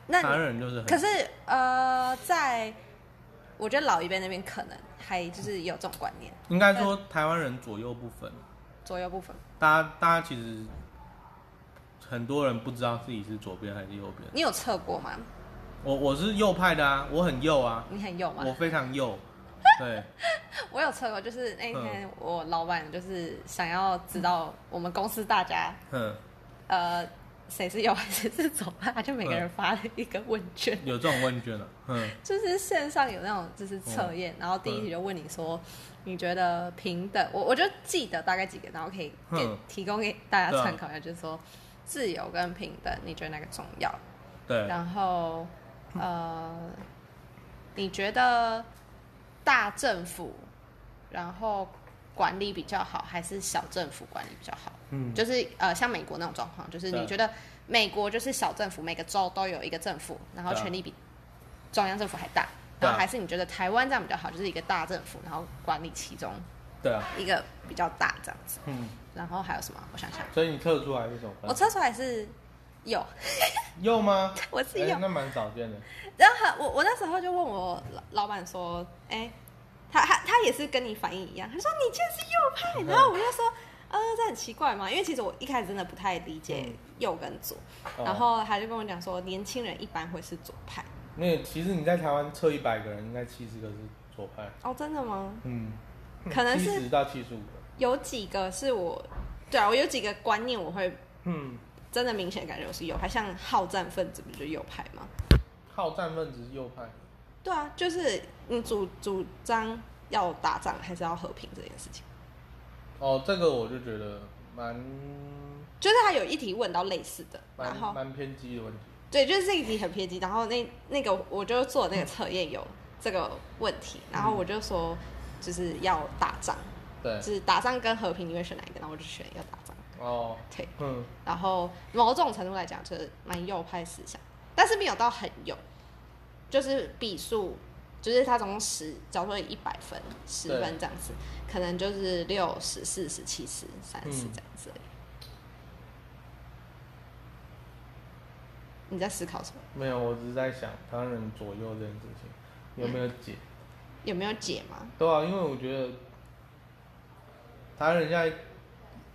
Speaker 2: 那
Speaker 1: 台湾
Speaker 2: 你
Speaker 1: 人就是很
Speaker 2: 可是呃，在我觉得老一辈那边可能还就是有这种观念，
Speaker 1: 应该说台湾人左右不分，啊
Speaker 2: 左右不分。
Speaker 1: 大家大家其实很多人不知道自己是左边还是右边。
Speaker 2: 你有测过吗？
Speaker 1: 我我是右派的啊，我很右啊，
Speaker 2: 你很右吗？
Speaker 1: 我非常右。对，
Speaker 2: [LAUGHS] 我有测过，就是那天我老板就是想要知道我们公司大家
Speaker 1: 哼，
Speaker 2: 呃谁是右还是是左派，他就每个
Speaker 1: 嗯
Speaker 2: 人发了一个问卷，
Speaker 1: 有这种问卷啊，哼，
Speaker 2: 就是线上有那种就是
Speaker 1: 哦
Speaker 2: 测验，然后第一题就问你说你觉得平等，我我就记得大概几个，然后可以给
Speaker 1: 嗯
Speaker 2: 提供给大家
Speaker 1: 对啊
Speaker 2: 参考一下，就是说自由跟平等，你觉得哪个重要？
Speaker 1: 对，
Speaker 2: 然后呃，你觉得大政府然后管理比较好，还是小政府管理比较好？
Speaker 1: 嗯，
Speaker 2: 就是呃，像美国那种状况，就是
Speaker 1: 对
Speaker 2: 你觉得美国就是小政府，每个州都有一个政府，然后
Speaker 1: 对啊
Speaker 2: 权力比中央政府还大，
Speaker 1: 对
Speaker 2: 然
Speaker 1: 啊
Speaker 2: 后还是你觉得台湾这样比较好，就是一个大政府，然后管理其中
Speaker 1: 对啊，
Speaker 2: 一个比较大这样子。
Speaker 1: 嗯，
Speaker 2: 然后还有什么？我想想，
Speaker 1: 所以你测出来是什么分
Speaker 2: 我？测出来是有， [LAUGHS]
Speaker 1: 右吗？
Speaker 2: 我是
Speaker 1: 哎
Speaker 2: 有。
Speaker 1: 那蛮少见的。
Speaker 2: 然后他我我那时候就问我老老板说，哎、他他他也是跟你反应一样，他说你竟然是右
Speaker 1: 嗯
Speaker 2: 派，然后我就说，呃，这很奇怪嘛，因为其实我一开始真的不太理解右跟左，
Speaker 1: 嗯哦
Speaker 2: [LAUGHS] 然后他就跟我讲说，年轻人一般会是左派，
Speaker 1: 那其实你在台湾测一百个人，应该七十个是左派，
Speaker 2: 哦，真的吗？
Speaker 1: 嗯，
Speaker 2: 可能
Speaker 1: 七
Speaker 2: 是
Speaker 1: 十到七十五个，
Speaker 2: 有几个是我，对啊，我有几个观念我会
Speaker 1: 嗯，
Speaker 2: 真的明显感觉我是右派，像好战分子不就右派吗？
Speaker 1: 好战分子是右派，
Speaker 2: 对啊，就是你主主张要打仗还是要和平这件事情。
Speaker 1: 哦，这个我就觉得蛮
Speaker 2: 就是他有一题问到类似的，然
Speaker 1: 蛮
Speaker 2: 后
Speaker 1: 蛮偏激的问题，
Speaker 2: 对，就是这一题很偏激，然后那那个我就做那个测验有这个问题，
Speaker 1: 嗯
Speaker 2: 然后我就说就是要打仗，
Speaker 1: 对
Speaker 2: 就，是打仗跟和平你会选哪一个？然后我就选要打仗，
Speaker 1: 哦，
Speaker 2: 对，
Speaker 1: 嗯，
Speaker 2: 然后某种程度来讲就是蛮右派思想，但是没有到很右，就是比数。就是他总共十，假如说一百分、十
Speaker 1: 对
Speaker 2: 分这样子，可能就是六十、四十、七十、三十
Speaker 1: 嗯
Speaker 2: 这样子而已。你在思考什么？
Speaker 1: 没有，我只是在想台湾人左右这件事情有没有解，
Speaker 2: 有没有解吗？
Speaker 1: 对啊，因为我觉得台湾人现在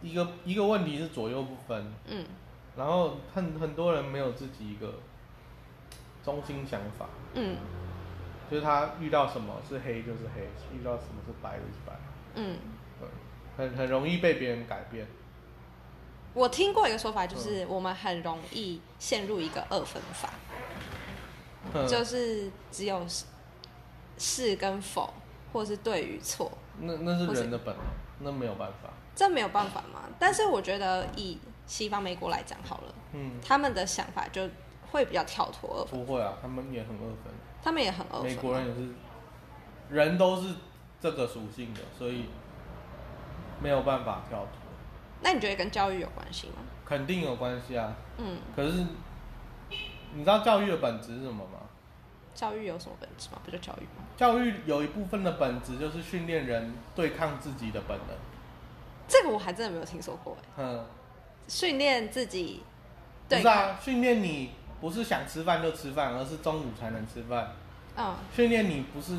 Speaker 1: 一个一个问题是左右不分，
Speaker 2: 嗯，
Speaker 1: 然后很很多人没有自己一个中心想法，
Speaker 2: 嗯
Speaker 1: 就是他遇到什么是黑就是黑，遇到什么是白就是白，
Speaker 2: 嗯，
Speaker 1: 对，很很容易被别人改变。
Speaker 2: 我听过一个说法，就是我们很容易陷入一个二分法，
Speaker 1: 嗯，
Speaker 2: 就是只有是是跟否，或是对与错，
Speaker 1: 那那是
Speaker 2: 不是
Speaker 1: 人的本能，那没有办法。
Speaker 2: 这没有办法嘛。但是我觉得以西方美国来讲好了，
Speaker 1: 嗯，
Speaker 2: 他们的想法就会比较跳脱二分，
Speaker 1: 不会啊，他们也很二分，
Speaker 2: 他们也很啊二分嘛。
Speaker 1: 美国人也是，人都是这个属性的，所以没有办法跳脱，
Speaker 2: 那你觉得跟教育有关系吗？
Speaker 1: 肯定有关系啊。
Speaker 2: 嗯，
Speaker 1: 可是你知道教育的本质是什么吗？
Speaker 2: 教育有什么本质吗？不就教育吗？
Speaker 1: 教育有一部分的本质就是训练人对抗自己的本能。
Speaker 2: 这个我还真的没有听说过哎。
Speaker 1: 嗯，
Speaker 2: 训练自己，
Speaker 1: 不
Speaker 2: 对
Speaker 1: 是啊，训练你不是想吃饭就吃饭，而是中午才能吃饭。
Speaker 2: 嗯
Speaker 1: 训练你不是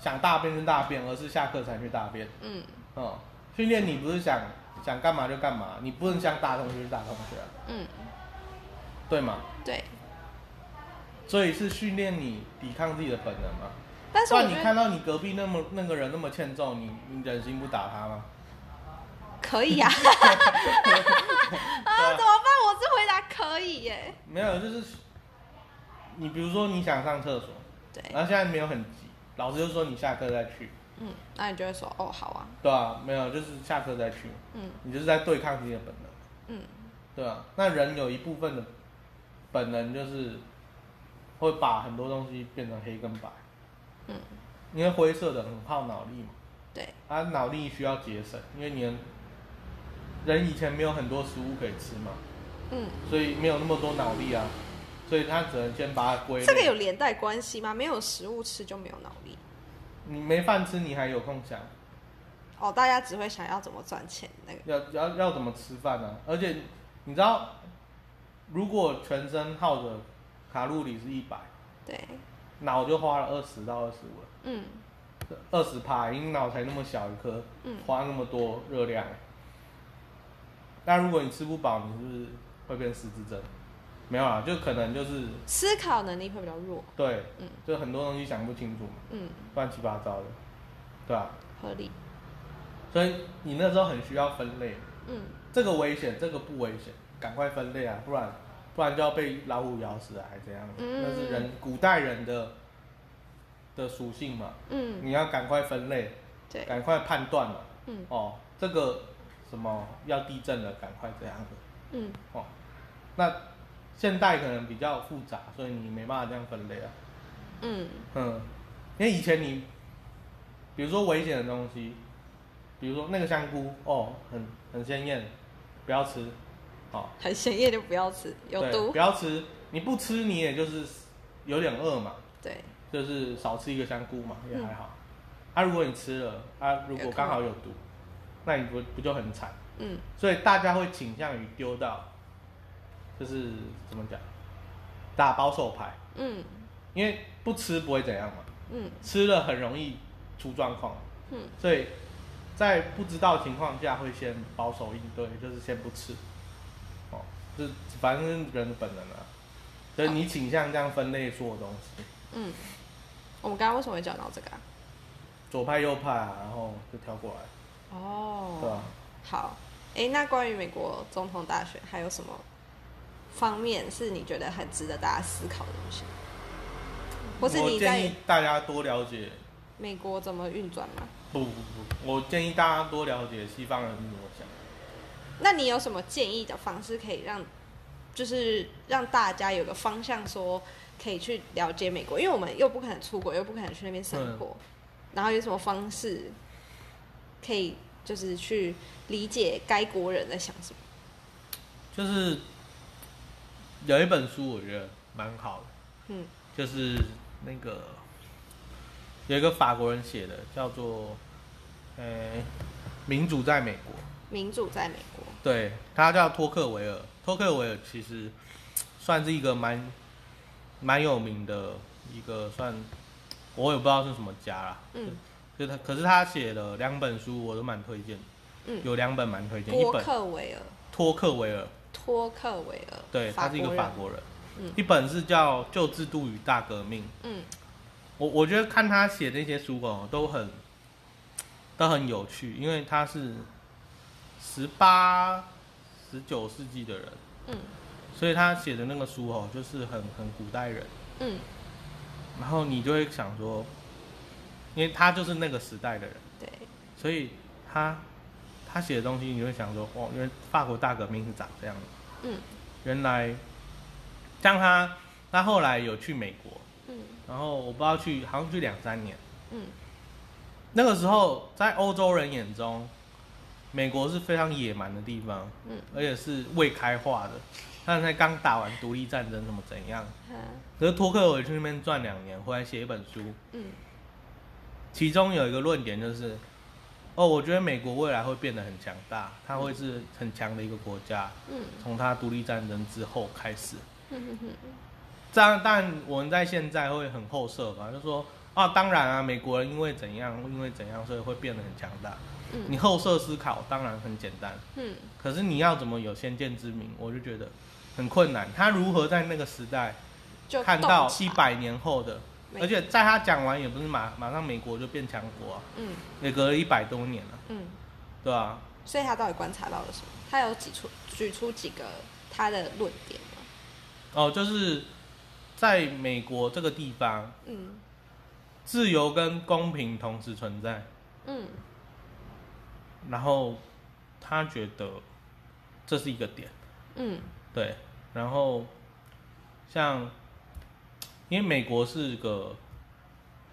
Speaker 1: 想大便就大便，而是下课才去大便。
Speaker 2: 嗯
Speaker 1: 嗯，训练你不是想想干嘛就干嘛，你不能想打同学就打同学啊、
Speaker 2: 嗯，
Speaker 1: 对吗？
Speaker 2: 对。
Speaker 1: 所以是训练你抵抗自己的本能嘛。
Speaker 2: 但是
Speaker 1: 不
Speaker 2: 我
Speaker 1: 然你
Speaker 2: 觉
Speaker 1: 看
Speaker 2: 得
Speaker 1: 到你隔壁那么那个人那么欠揍，你你忍心不打他吗？
Speaker 2: 可以
Speaker 1: [LAUGHS]
Speaker 2: 啊，啊
Speaker 1: 对啊
Speaker 2: 怎么办？我是回答可以耶。
Speaker 1: 没有，就是你比如说你想上厕所，
Speaker 2: 对，
Speaker 1: 然后现在没有很急，老师就说你下课再去，
Speaker 2: 嗯，那你就会说哦，好啊，
Speaker 1: 对啊，没有，就是下课再去，
Speaker 2: 嗯
Speaker 1: 你就是在对抗自己的本能。
Speaker 2: 嗯
Speaker 1: 对啊，那人有一部分的本能就是会把很多东西变成黑跟白，
Speaker 2: 嗯，
Speaker 1: 因为灰色的很耗脑力嘛，
Speaker 2: 对，
Speaker 1: 啊，脑力需要节省，因为你的人以前没有很多食物可以吃嘛，
Speaker 2: 嗯，
Speaker 1: 所以没有那么多脑力啊，所以他只能先把它归类。
Speaker 2: 这个有连带关系吗？没有食物吃就没有脑力
Speaker 1: 你没饭吃，你还有空想
Speaker 2: 哦，大家只会想要怎么赚钱那个，
Speaker 1: 要要要怎么吃饭呢、而且你知道，如果全身耗着卡路里是一百，
Speaker 2: 对，
Speaker 1: 脑就花了二十到二十五，
Speaker 2: 嗯
Speaker 1: 二十趴，因为脑才那么小一颗，
Speaker 2: 嗯
Speaker 1: 花那么多热量。那如果你吃不饱，你是不是会变失智症？没有啊，就可能就是
Speaker 2: 思考能力会比较弱，
Speaker 1: 对，
Speaker 2: 嗯
Speaker 1: 就很多东西想不清楚嘛，
Speaker 2: 嗯，
Speaker 1: 乱七八糟的，对吧、
Speaker 2: 合理，
Speaker 1: 所以你那时候很需要分类，
Speaker 2: 嗯
Speaker 1: 这个危险，这个不危险，赶快分类啊，不然不然就要被老虎咬死啊，还怎样？
Speaker 2: 嗯
Speaker 1: 那是人古代人的的属性嘛，
Speaker 2: 嗯，
Speaker 1: 你要赶快分类，
Speaker 2: 对，
Speaker 1: 赶快判断嘛。
Speaker 2: 嗯
Speaker 1: 哦，这个什么要地震了，赶快这样的
Speaker 2: 嗯
Speaker 1: 哦。那现代可能比较复杂，所以你没办法这样分类啊。
Speaker 2: 嗯
Speaker 1: 嗯，因为以前你，比如说危险的东西，比如说那个香菇，哦，很很鲜艳，不要吃，哦，
Speaker 2: 很鲜艳就不要吃，有
Speaker 1: 对
Speaker 2: 毒
Speaker 1: 不，要吃，你不吃你也就是有点饿嘛，
Speaker 2: 对，
Speaker 1: 就是少吃一个香菇嘛，也
Speaker 2: 嗯
Speaker 1: 还好。啊，如果你吃了，啊，如
Speaker 2: 有
Speaker 1: 果
Speaker 2: 可
Speaker 1: 刚好
Speaker 2: 能
Speaker 1: 有毒，那你不不就很惨？
Speaker 2: 嗯
Speaker 1: 所以大家会倾向于丢到，就是怎么讲，打保守牌，
Speaker 2: 嗯
Speaker 1: 因为不吃不会怎样嘛，
Speaker 2: 嗯
Speaker 1: 吃了很容易出状况，
Speaker 2: 嗯
Speaker 1: 所以在不知道情况下会先保守应对，就是先不吃，哦，就是反正是人的本能啊，所以你倾向这样分类所有东西，
Speaker 2: 嗯，我们刚刚为什么会讲到这个啊？
Speaker 1: 左派右派啊，然后就跳过来，
Speaker 2: 哦，
Speaker 1: 对吧、啊
Speaker 2: 好，诶，那关于美国总统大选还有什么方面是你觉得很值得大家思考的东西？或是
Speaker 1: 我
Speaker 2: 你
Speaker 1: 建
Speaker 2: 在
Speaker 1: 议大家多了解
Speaker 2: 美国怎么运转吗？
Speaker 1: 不不不，我建议大家多了解西方人是怎么想。
Speaker 2: 那你有什么建议的方式可以让，就是让大家有个方向，说可以去了解美国？因为我们又不可能出国，又不可能去那边
Speaker 1: 啊
Speaker 2: 生活，然后有什么方式可以就是去理解该国人在想什么？
Speaker 1: 就是有一本书，我觉得蛮好的，
Speaker 2: 嗯，
Speaker 1: 就是那个有一个法国人写的，叫做呃、民主在美国》。
Speaker 2: 民主在美国，
Speaker 1: 对，他叫托克维尔。托克维尔其实算是一个蛮蛮有名的一个算，我也不知道是什么家啦。
Speaker 2: 嗯，
Speaker 1: 就他，可是他写了两本书，我都蛮推荐的。
Speaker 2: 嗯
Speaker 1: 有两本蛮推荐，一
Speaker 2: 托
Speaker 1: 本
Speaker 2: 克维尔，
Speaker 1: 托克维尔，
Speaker 2: 托克维尔，
Speaker 1: 对，他是一个法
Speaker 2: 人，
Speaker 1: 国人。
Speaker 2: 嗯
Speaker 1: 一本是叫《旧制度与大革命》，
Speaker 2: 嗯
Speaker 1: 我我觉得看他写那些书哦，都很都很有趣，因为他是十八、十九世纪的人，
Speaker 2: 嗯
Speaker 1: 所以他写的那个书哦，就是很很古代人。
Speaker 2: 嗯，
Speaker 1: 然后你就会想说，因为他就是那个时代的人，
Speaker 2: 对，
Speaker 1: 所以他他写的东西，你会想说，哦，原来法国大革命是长这样的。
Speaker 2: 嗯
Speaker 1: 原来像他，他后来有去美国，
Speaker 2: 嗯
Speaker 1: 然后我不知道去，好像去两三年。
Speaker 2: 嗯
Speaker 1: 那个时候在欧洲人眼中，美国是非常野蛮的地方，
Speaker 2: 嗯，
Speaker 1: 而且是未开化的，他才刚打完独立战争，怎么怎样？
Speaker 2: 哈
Speaker 1: 可是托克维去那边转两年，回来写一本书，
Speaker 2: 嗯
Speaker 1: 其中有一个论点就是，哦，我觉得美国未来会变得很强大，它会是很强的一个国家，
Speaker 2: 嗯
Speaker 1: 从它独立战争之后开始。
Speaker 2: 嗯嗯嗯
Speaker 1: 这样，但我们在现在会很后设吧，就说啊，当然啊，美国人因为怎样，因为怎样，所以会变得很强大。
Speaker 2: 嗯
Speaker 1: 你后设思考当然很简单，
Speaker 2: 嗯
Speaker 1: 可是你要怎么有先见之明，我就觉得很困难。他如何在那个时代
Speaker 2: 就
Speaker 1: 看
Speaker 2: 洞
Speaker 1: 到
Speaker 2: 察
Speaker 1: 一，百年后的，
Speaker 2: 没
Speaker 1: 而且在他讲完也不是马马上美国就变强国啊，
Speaker 2: 嗯
Speaker 1: 也隔了一百多年了、啊
Speaker 2: 嗯。
Speaker 1: 对啊，
Speaker 2: 所以他到底观察到了什么？他有举出举出几个他的论点吗？
Speaker 1: 哦，就是在美国这个地方，
Speaker 2: 嗯
Speaker 1: 自由跟公平同时存在。
Speaker 2: 嗯
Speaker 1: 然后他觉得这是一个点，
Speaker 2: 嗯
Speaker 1: 对。然后像因为美国是个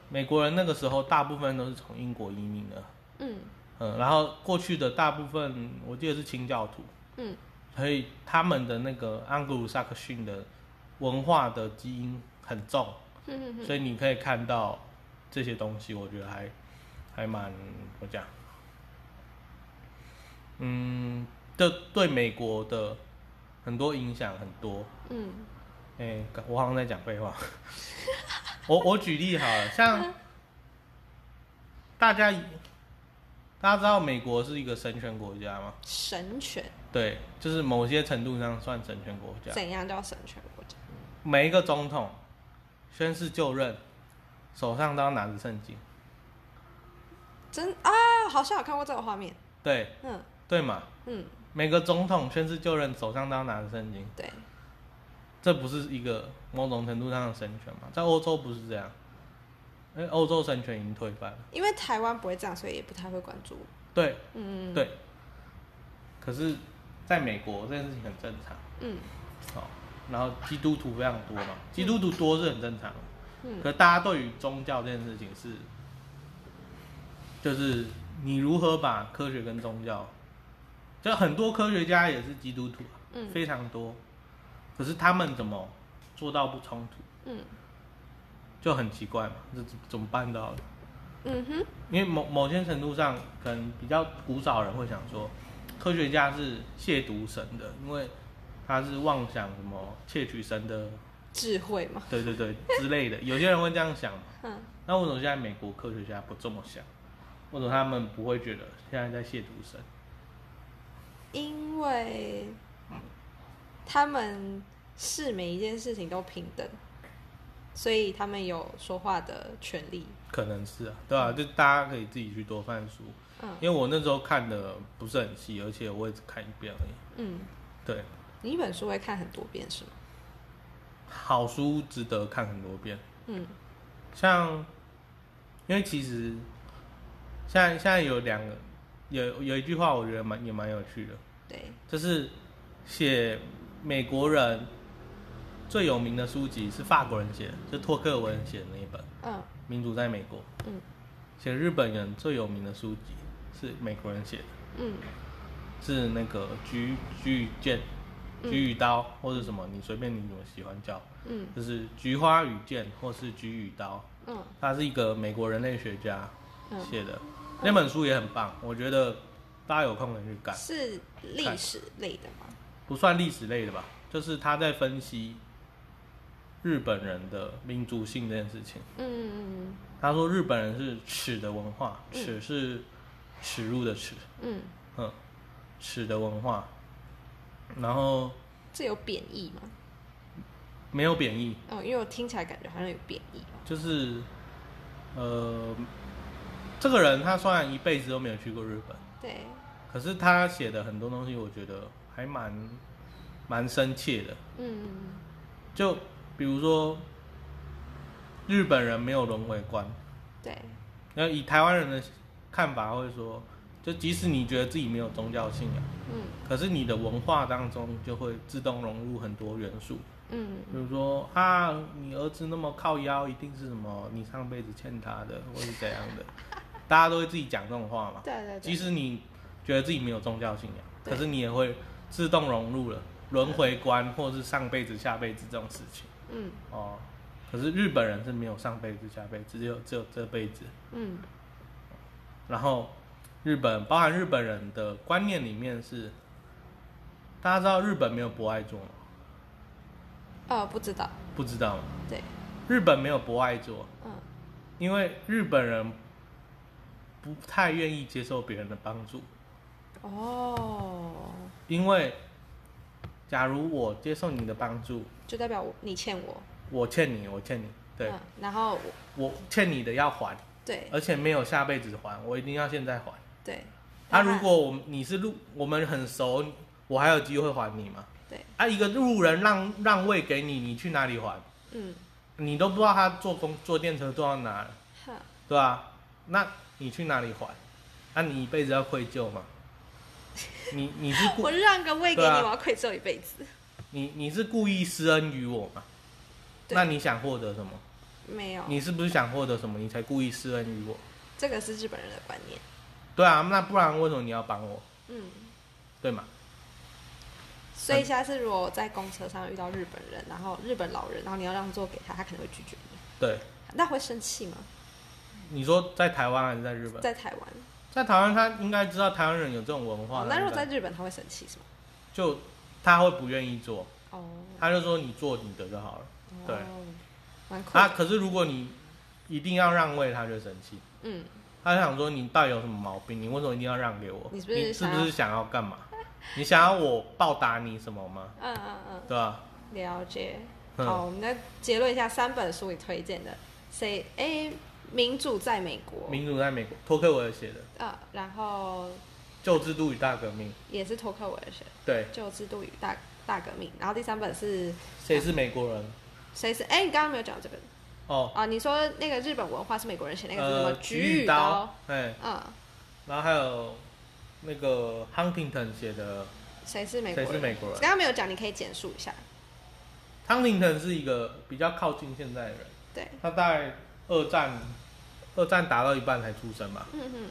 Speaker 1: 美国人，那个时候大部分都是从英国移民的，
Speaker 2: 嗯
Speaker 1: 嗯，然后过去的大部分我记得是清教徒，
Speaker 2: 嗯
Speaker 1: 所以他们的那个安格鲁萨克逊的文化的基因很重，
Speaker 2: 嗯
Speaker 1: 所以你可以看到这些东西，我觉得还还蛮怎么讲，嗯，这对美国的很多影响很多。
Speaker 2: 嗯
Speaker 1: 哎、我好像在讲废话。 [LAUGHS] 我我举例好了，
Speaker 2: [LAUGHS]
Speaker 1: 像大家大家知道美国是一个神权国家吗？
Speaker 2: 神权
Speaker 1: 对，就是某些程度上算神权国家。
Speaker 2: 怎样叫神权国家？
Speaker 1: 每一个总统宣誓就任，手上都要拿着圣经，
Speaker 2: 真啊，好像有看过这个画面。
Speaker 1: 对
Speaker 2: 嗯
Speaker 1: 对嘛？
Speaker 2: 嗯，
Speaker 1: 每个总统宣誓就任，手上都要拿着圣经，
Speaker 2: 对，
Speaker 1: 这不是一个某种程度上的神权吗？在欧洲不是这样，因为欧洲神权已经退败了。
Speaker 2: 因为台湾不会这样，所以也不太会关注。
Speaker 1: 对
Speaker 2: 嗯
Speaker 1: 对，可是在美国这件事情很正常。
Speaker 2: 嗯
Speaker 1: 哦，然后基督徒非常多嘛，基督徒多是很正常的，
Speaker 2: 嗯
Speaker 1: 可大家对于宗教这件事情是，就是你如何把科学跟宗教，就很多科学家也是基督徒啊，
Speaker 2: 嗯
Speaker 1: 非常多，可是他们怎么做到不冲突，
Speaker 2: 嗯
Speaker 1: 就很奇怪嘛，这怎怎么办到的？
Speaker 2: 嗯哼，
Speaker 1: 因为某某些程度上，可能比较古早人会想说，科学家是亵渎神的，因为他是妄想什么窃取神的
Speaker 2: 智慧嘛。
Speaker 1: 对对对之类的，有些人会这样想嘛。
Speaker 2: 嗯
Speaker 1: 那为什么现在美国科学家不这么想？为什么他们不会觉得现在在亵渎神？
Speaker 2: 因为他们视每一件事情都平等，所以他们有说话的权利。
Speaker 1: 可能是啊，对吧、就大家可以自己去多翻书，
Speaker 2: 嗯
Speaker 1: 因为我那时候看的不是很细，而且我也只看一遍而已。
Speaker 2: 嗯，
Speaker 1: 对，
Speaker 2: 你一本书会看很多遍是吗？
Speaker 1: 好书值得看很多遍。
Speaker 2: 嗯
Speaker 1: 像，因为其实现在现在有两个，有有一句话我觉得蛮也蛮有趣的，，
Speaker 2: 对，
Speaker 1: 就是写美国人最有名的书籍是法国人写的，就托克维写的那一本《
Speaker 2: 嗯
Speaker 1: 民主在美国》。
Speaker 2: 嗯
Speaker 1: 写日本人最有名的书籍是美国人写的，
Speaker 2: 嗯
Speaker 1: 是那个菊菊与剑、
Speaker 2: 嗯
Speaker 1: 菊与刀、或者什么，你随便你怎么喜欢叫，
Speaker 2: 嗯
Speaker 1: 就是菊花与剑或是菊与刀。
Speaker 2: 嗯
Speaker 1: 他是一个美国人类学家
Speaker 2: 嗯，
Speaker 1: 写的，那本书也很棒，我觉得大家有空可以去看。
Speaker 2: 是历史类的吗？
Speaker 1: 不算历史类的吧，就是他在分析日本人的民族性这件事情。
Speaker 2: 嗯
Speaker 1: 他说日本人是耻的文化，
Speaker 2: 嗯
Speaker 1: 耻是耻辱的耻，
Speaker 2: 嗯，
Speaker 1: 嗯，耻的文化，然后
Speaker 2: 这有贬义吗？
Speaker 1: 没有贬义，
Speaker 2: 哦，因为我听起来感觉好像有贬义。
Speaker 1: 就是呃，这个人他虽然一辈子都没有去过日本，
Speaker 2: 对，
Speaker 1: 可是他写的很多东西，我觉得还蛮蛮深切的。
Speaker 2: 嗯
Speaker 1: 就比如说，日本人没有轮回观，
Speaker 2: 对，
Speaker 1: 那以台湾人的看法会说，就即使你觉得自己没有宗教信仰，
Speaker 2: 嗯
Speaker 1: 可是你的文化当中就会自动融入很多元素，
Speaker 2: 嗯
Speaker 1: 比如说啊，你儿子那么靠腰，一定是什么你上辈子欠他的，或是怎样的，大家都会自己讲这种话嘛。
Speaker 2: 对对对
Speaker 1: 即使你觉得自己没有宗教信仰，
Speaker 2: 对
Speaker 1: 可是你也会自动融入了轮回观，或是上辈子、下辈子这种事情。
Speaker 2: 嗯
Speaker 1: 哦，可是日本人是没有上辈子、下辈子，只有只有这辈子。
Speaker 2: 嗯
Speaker 1: 然后日本包含日本人的观念里面是，大家知道日本没有博爱座吗？
Speaker 2: 哦，不知道。
Speaker 1: 不知道吗？
Speaker 2: 对，
Speaker 1: 日本没有博爱座，
Speaker 2: 嗯
Speaker 1: 因为日本人不太愿意接受别人的帮助，
Speaker 2: 哦，
Speaker 1: 因为假如我接受你的帮助，
Speaker 2: 就代表我你欠我。
Speaker 1: 我欠你，我欠你，对、呃
Speaker 2: 嗯，然后我
Speaker 1: 我欠你的要还，
Speaker 2: 对
Speaker 1: 而且没有下辈子还，我一定要现在还。
Speaker 2: 对。
Speaker 1: 啊，
Speaker 2: 然后
Speaker 1: 如果我们你是路，我们很熟，我还有机会还你吗？
Speaker 2: 对，
Speaker 1: 啊，一个路人让让位给你，你去哪里还？
Speaker 2: 嗯，
Speaker 1: 你都不知道他坐公坐电车坐到哪了，
Speaker 2: 哼，
Speaker 1: 对吧、那你去哪里还？那、你一辈子要愧疚吗？你你是故
Speaker 2: 我让个位给
Speaker 1: 对
Speaker 2: 你，
Speaker 1: 啊
Speaker 2: 我要愧疚一辈子。
Speaker 1: 你你是故意施恩于我吗？
Speaker 2: 对
Speaker 1: 那你想获得什么？
Speaker 2: 没有，
Speaker 1: 你是不是想获得什么？你才故意施恩于我？
Speaker 2: 这个是日本人的观念。
Speaker 1: 对啊，那不然为什么你要帮我？
Speaker 2: 嗯。
Speaker 1: 对吗？
Speaker 2: 所以下次如果我在公车上遇到日本人，然后日本老人，然后你要让座给他，他可能会拒绝你，
Speaker 1: 对，
Speaker 2: 那会生气吗？
Speaker 1: 你说在台湾还是在日本？
Speaker 2: 在台湾，
Speaker 1: 在台湾，他应该知道台湾人有这种文化。
Speaker 2: 哦，那如果
Speaker 1: 对
Speaker 2: 在
Speaker 1: 不对
Speaker 2: 日本他会生气是吗？
Speaker 1: 就他会不愿意做，
Speaker 2: 哦，
Speaker 1: 他就说你做你的就好了。对
Speaker 2: 哦蛮酷的。
Speaker 1: 啊，可是如果你一定要让位，他就生气。
Speaker 2: 嗯，
Speaker 1: 他想说你到底有什么毛病？你为什么一定要让给我？
Speaker 2: 你
Speaker 1: 你
Speaker 2: 是不是想要
Speaker 1: 不是想要干嘛？ [LAUGHS] 你想要我报答你什么吗？
Speaker 2: 嗯嗯嗯，
Speaker 1: 对啊吧、
Speaker 2: 了解。
Speaker 1: 嗯
Speaker 2: 好，我们再结论一下三本书你推荐的，谁？哎，民主在美国，
Speaker 1: 民主在美国，托克维尔写的《
Speaker 2: 呃，然后
Speaker 1: 旧制度与大革命》，
Speaker 2: 也是托克维尔写的
Speaker 1: 对，
Speaker 2: 《旧制度与大大革命》，然后第三本是
Speaker 1: 谁是美国人？
Speaker 2: 谁是？哎，你刚刚没有讲这个
Speaker 1: 哦，
Speaker 2: 啊？你说那个日本文化是美国人写那个是什么
Speaker 1: 呃，
Speaker 2: 《
Speaker 1: 菊
Speaker 2: 与
Speaker 1: 与刀，哎，
Speaker 2: 嗯，
Speaker 1: 然后还有那个 Huntington 写的，
Speaker 2: 谁是美国
Speaker 1: 谁
Speaker 2: 人？
Speaker 1: 是美国人
Speaker 2: 刚刚没有讲，你可以简述一下。
Speaker 1: ？Huntington 是一个比较靠近现在的人，
Speaker 2: 对，
Speaker 1: 他在二战，二战打到一半才出生嘛，
Speaker 2: 嗯嗯，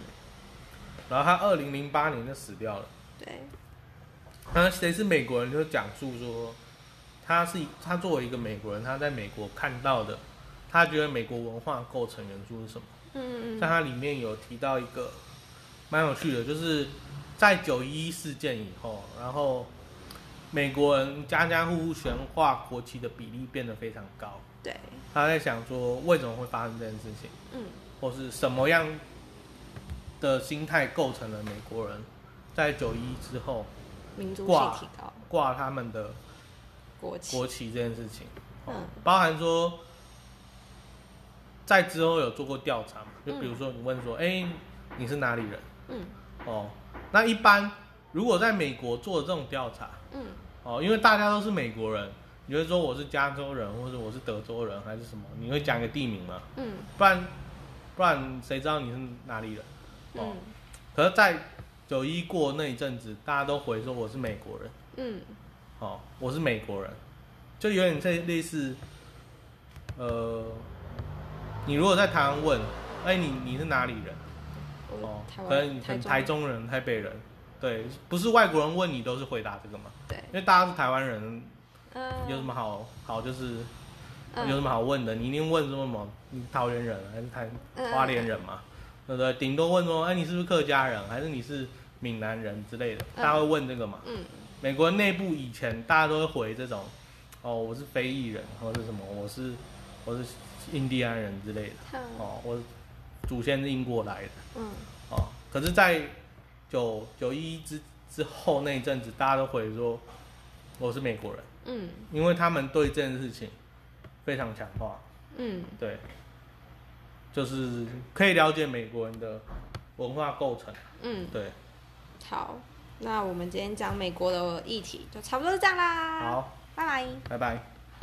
Speaker 1: 然后他二零零八年就死掉了。
Speaker 2: 对，
Speaker 1: 那谁是美国人就讲述说，他是他作为一个美国人，他在美国看到的，他觉得美国文化构成元素是什么？
Speaker 2: 嗯嗯
Speaker 1: 像它里面有提到一个蛮有趣的，就是在九一一事件以后，然后美国人家家户户悬挂国旗的比例变得非常高。
Speaker 2: 嗯，对，
Speaker 1: 他在想说，为什么会发生这件事情，
Speaker 2: 嗯
Speaker 1: 或是什么样的心态构成了美国人在九一一之后
Speaker 2: 民族性
Speaker 1: 挂
Speaker 2: 提高，
Speaker 1: 挂他们的
Speaker 2: 国旗，
Speaker 1: 国旗这件事情，哦
Speaker 2: 嗯
Speaker 1: 包含说在之后有做过调查嘛，就比如说你问说，哎、你是哪里人？
Speaker 2: 嗯
Speaker 1: 哦，那一般如果在美国做这种调查，
Speaker 2: 嗯
Speaker 1: 哦，因为大家都是美国人，你会说我是加州人，或者我是德州人，还是什么？你会讲一个地名吗？
Speaker 2: 嗯
Speaker 1: 不然不然谁知道你是哪里人？哦，
Speaker 2: 嗯
Speaker 1: 可是，在九一过那一阵子，大家都回说我是美国人，
Speaker 2: 嗯，
Speaker 1: 哦，我是美国人，就有点这类似，呃，你如果在台湾问，哎、你你是哪里人？哦
Speaker 2: 我台，
Speaker 1: 可能
Speaker 2: 湾
Speaker 1: 你可能
Speaker 2: 中
Speaker 1: 台中人、台北人，对，不是外国人问你都是回答这个嘛，
Speaker 2: 对，
Speaker 1: 因为大家是台湾人，
Speaker 2: 嗯，
Speaker 1: 有什么好好就是有什
Speaker 2: 嗯
Speaker 1: 么好问的？你一定问说什么？你桃园人还是
Speaker 2: 嗯
Speaker 1: 台花莲人嘛？对不对？顶多问说，哎，你是不是客家人，还是你是闽南人之类的？
Speaker 2: 嗯
Speaker 1: 大家会问这个嘛？
Speaker 2: 嗯
Speaker 1: 美国内部以前大家都会回这种，哦，我是非裔人，或者什么，我是我是印第安人之类的，
Speaker 2: 嗯
Speaker 1: 哦，我祖先是英国来的。
Speaker 2: 嗯
Speaker 1: 哦，可是，在九九一一之之后那一阵子，大家都回说我是美国人，
Speaker 2: 嗯
Speaker 1: 因为他们对这件事情非常强化，
Speaker 2: 嗯
Speaker 1: 对，就是可以了解美国人的文化构成，
Speaker 2: 嗯，
Speaker 1: 对，
Speaker 2: 好，那我们今天讲美国的议题就差不多是这样啦，，
Speaker 1: 好，
Speaker 2: 拜拜。
Speaker 1: 拜拜。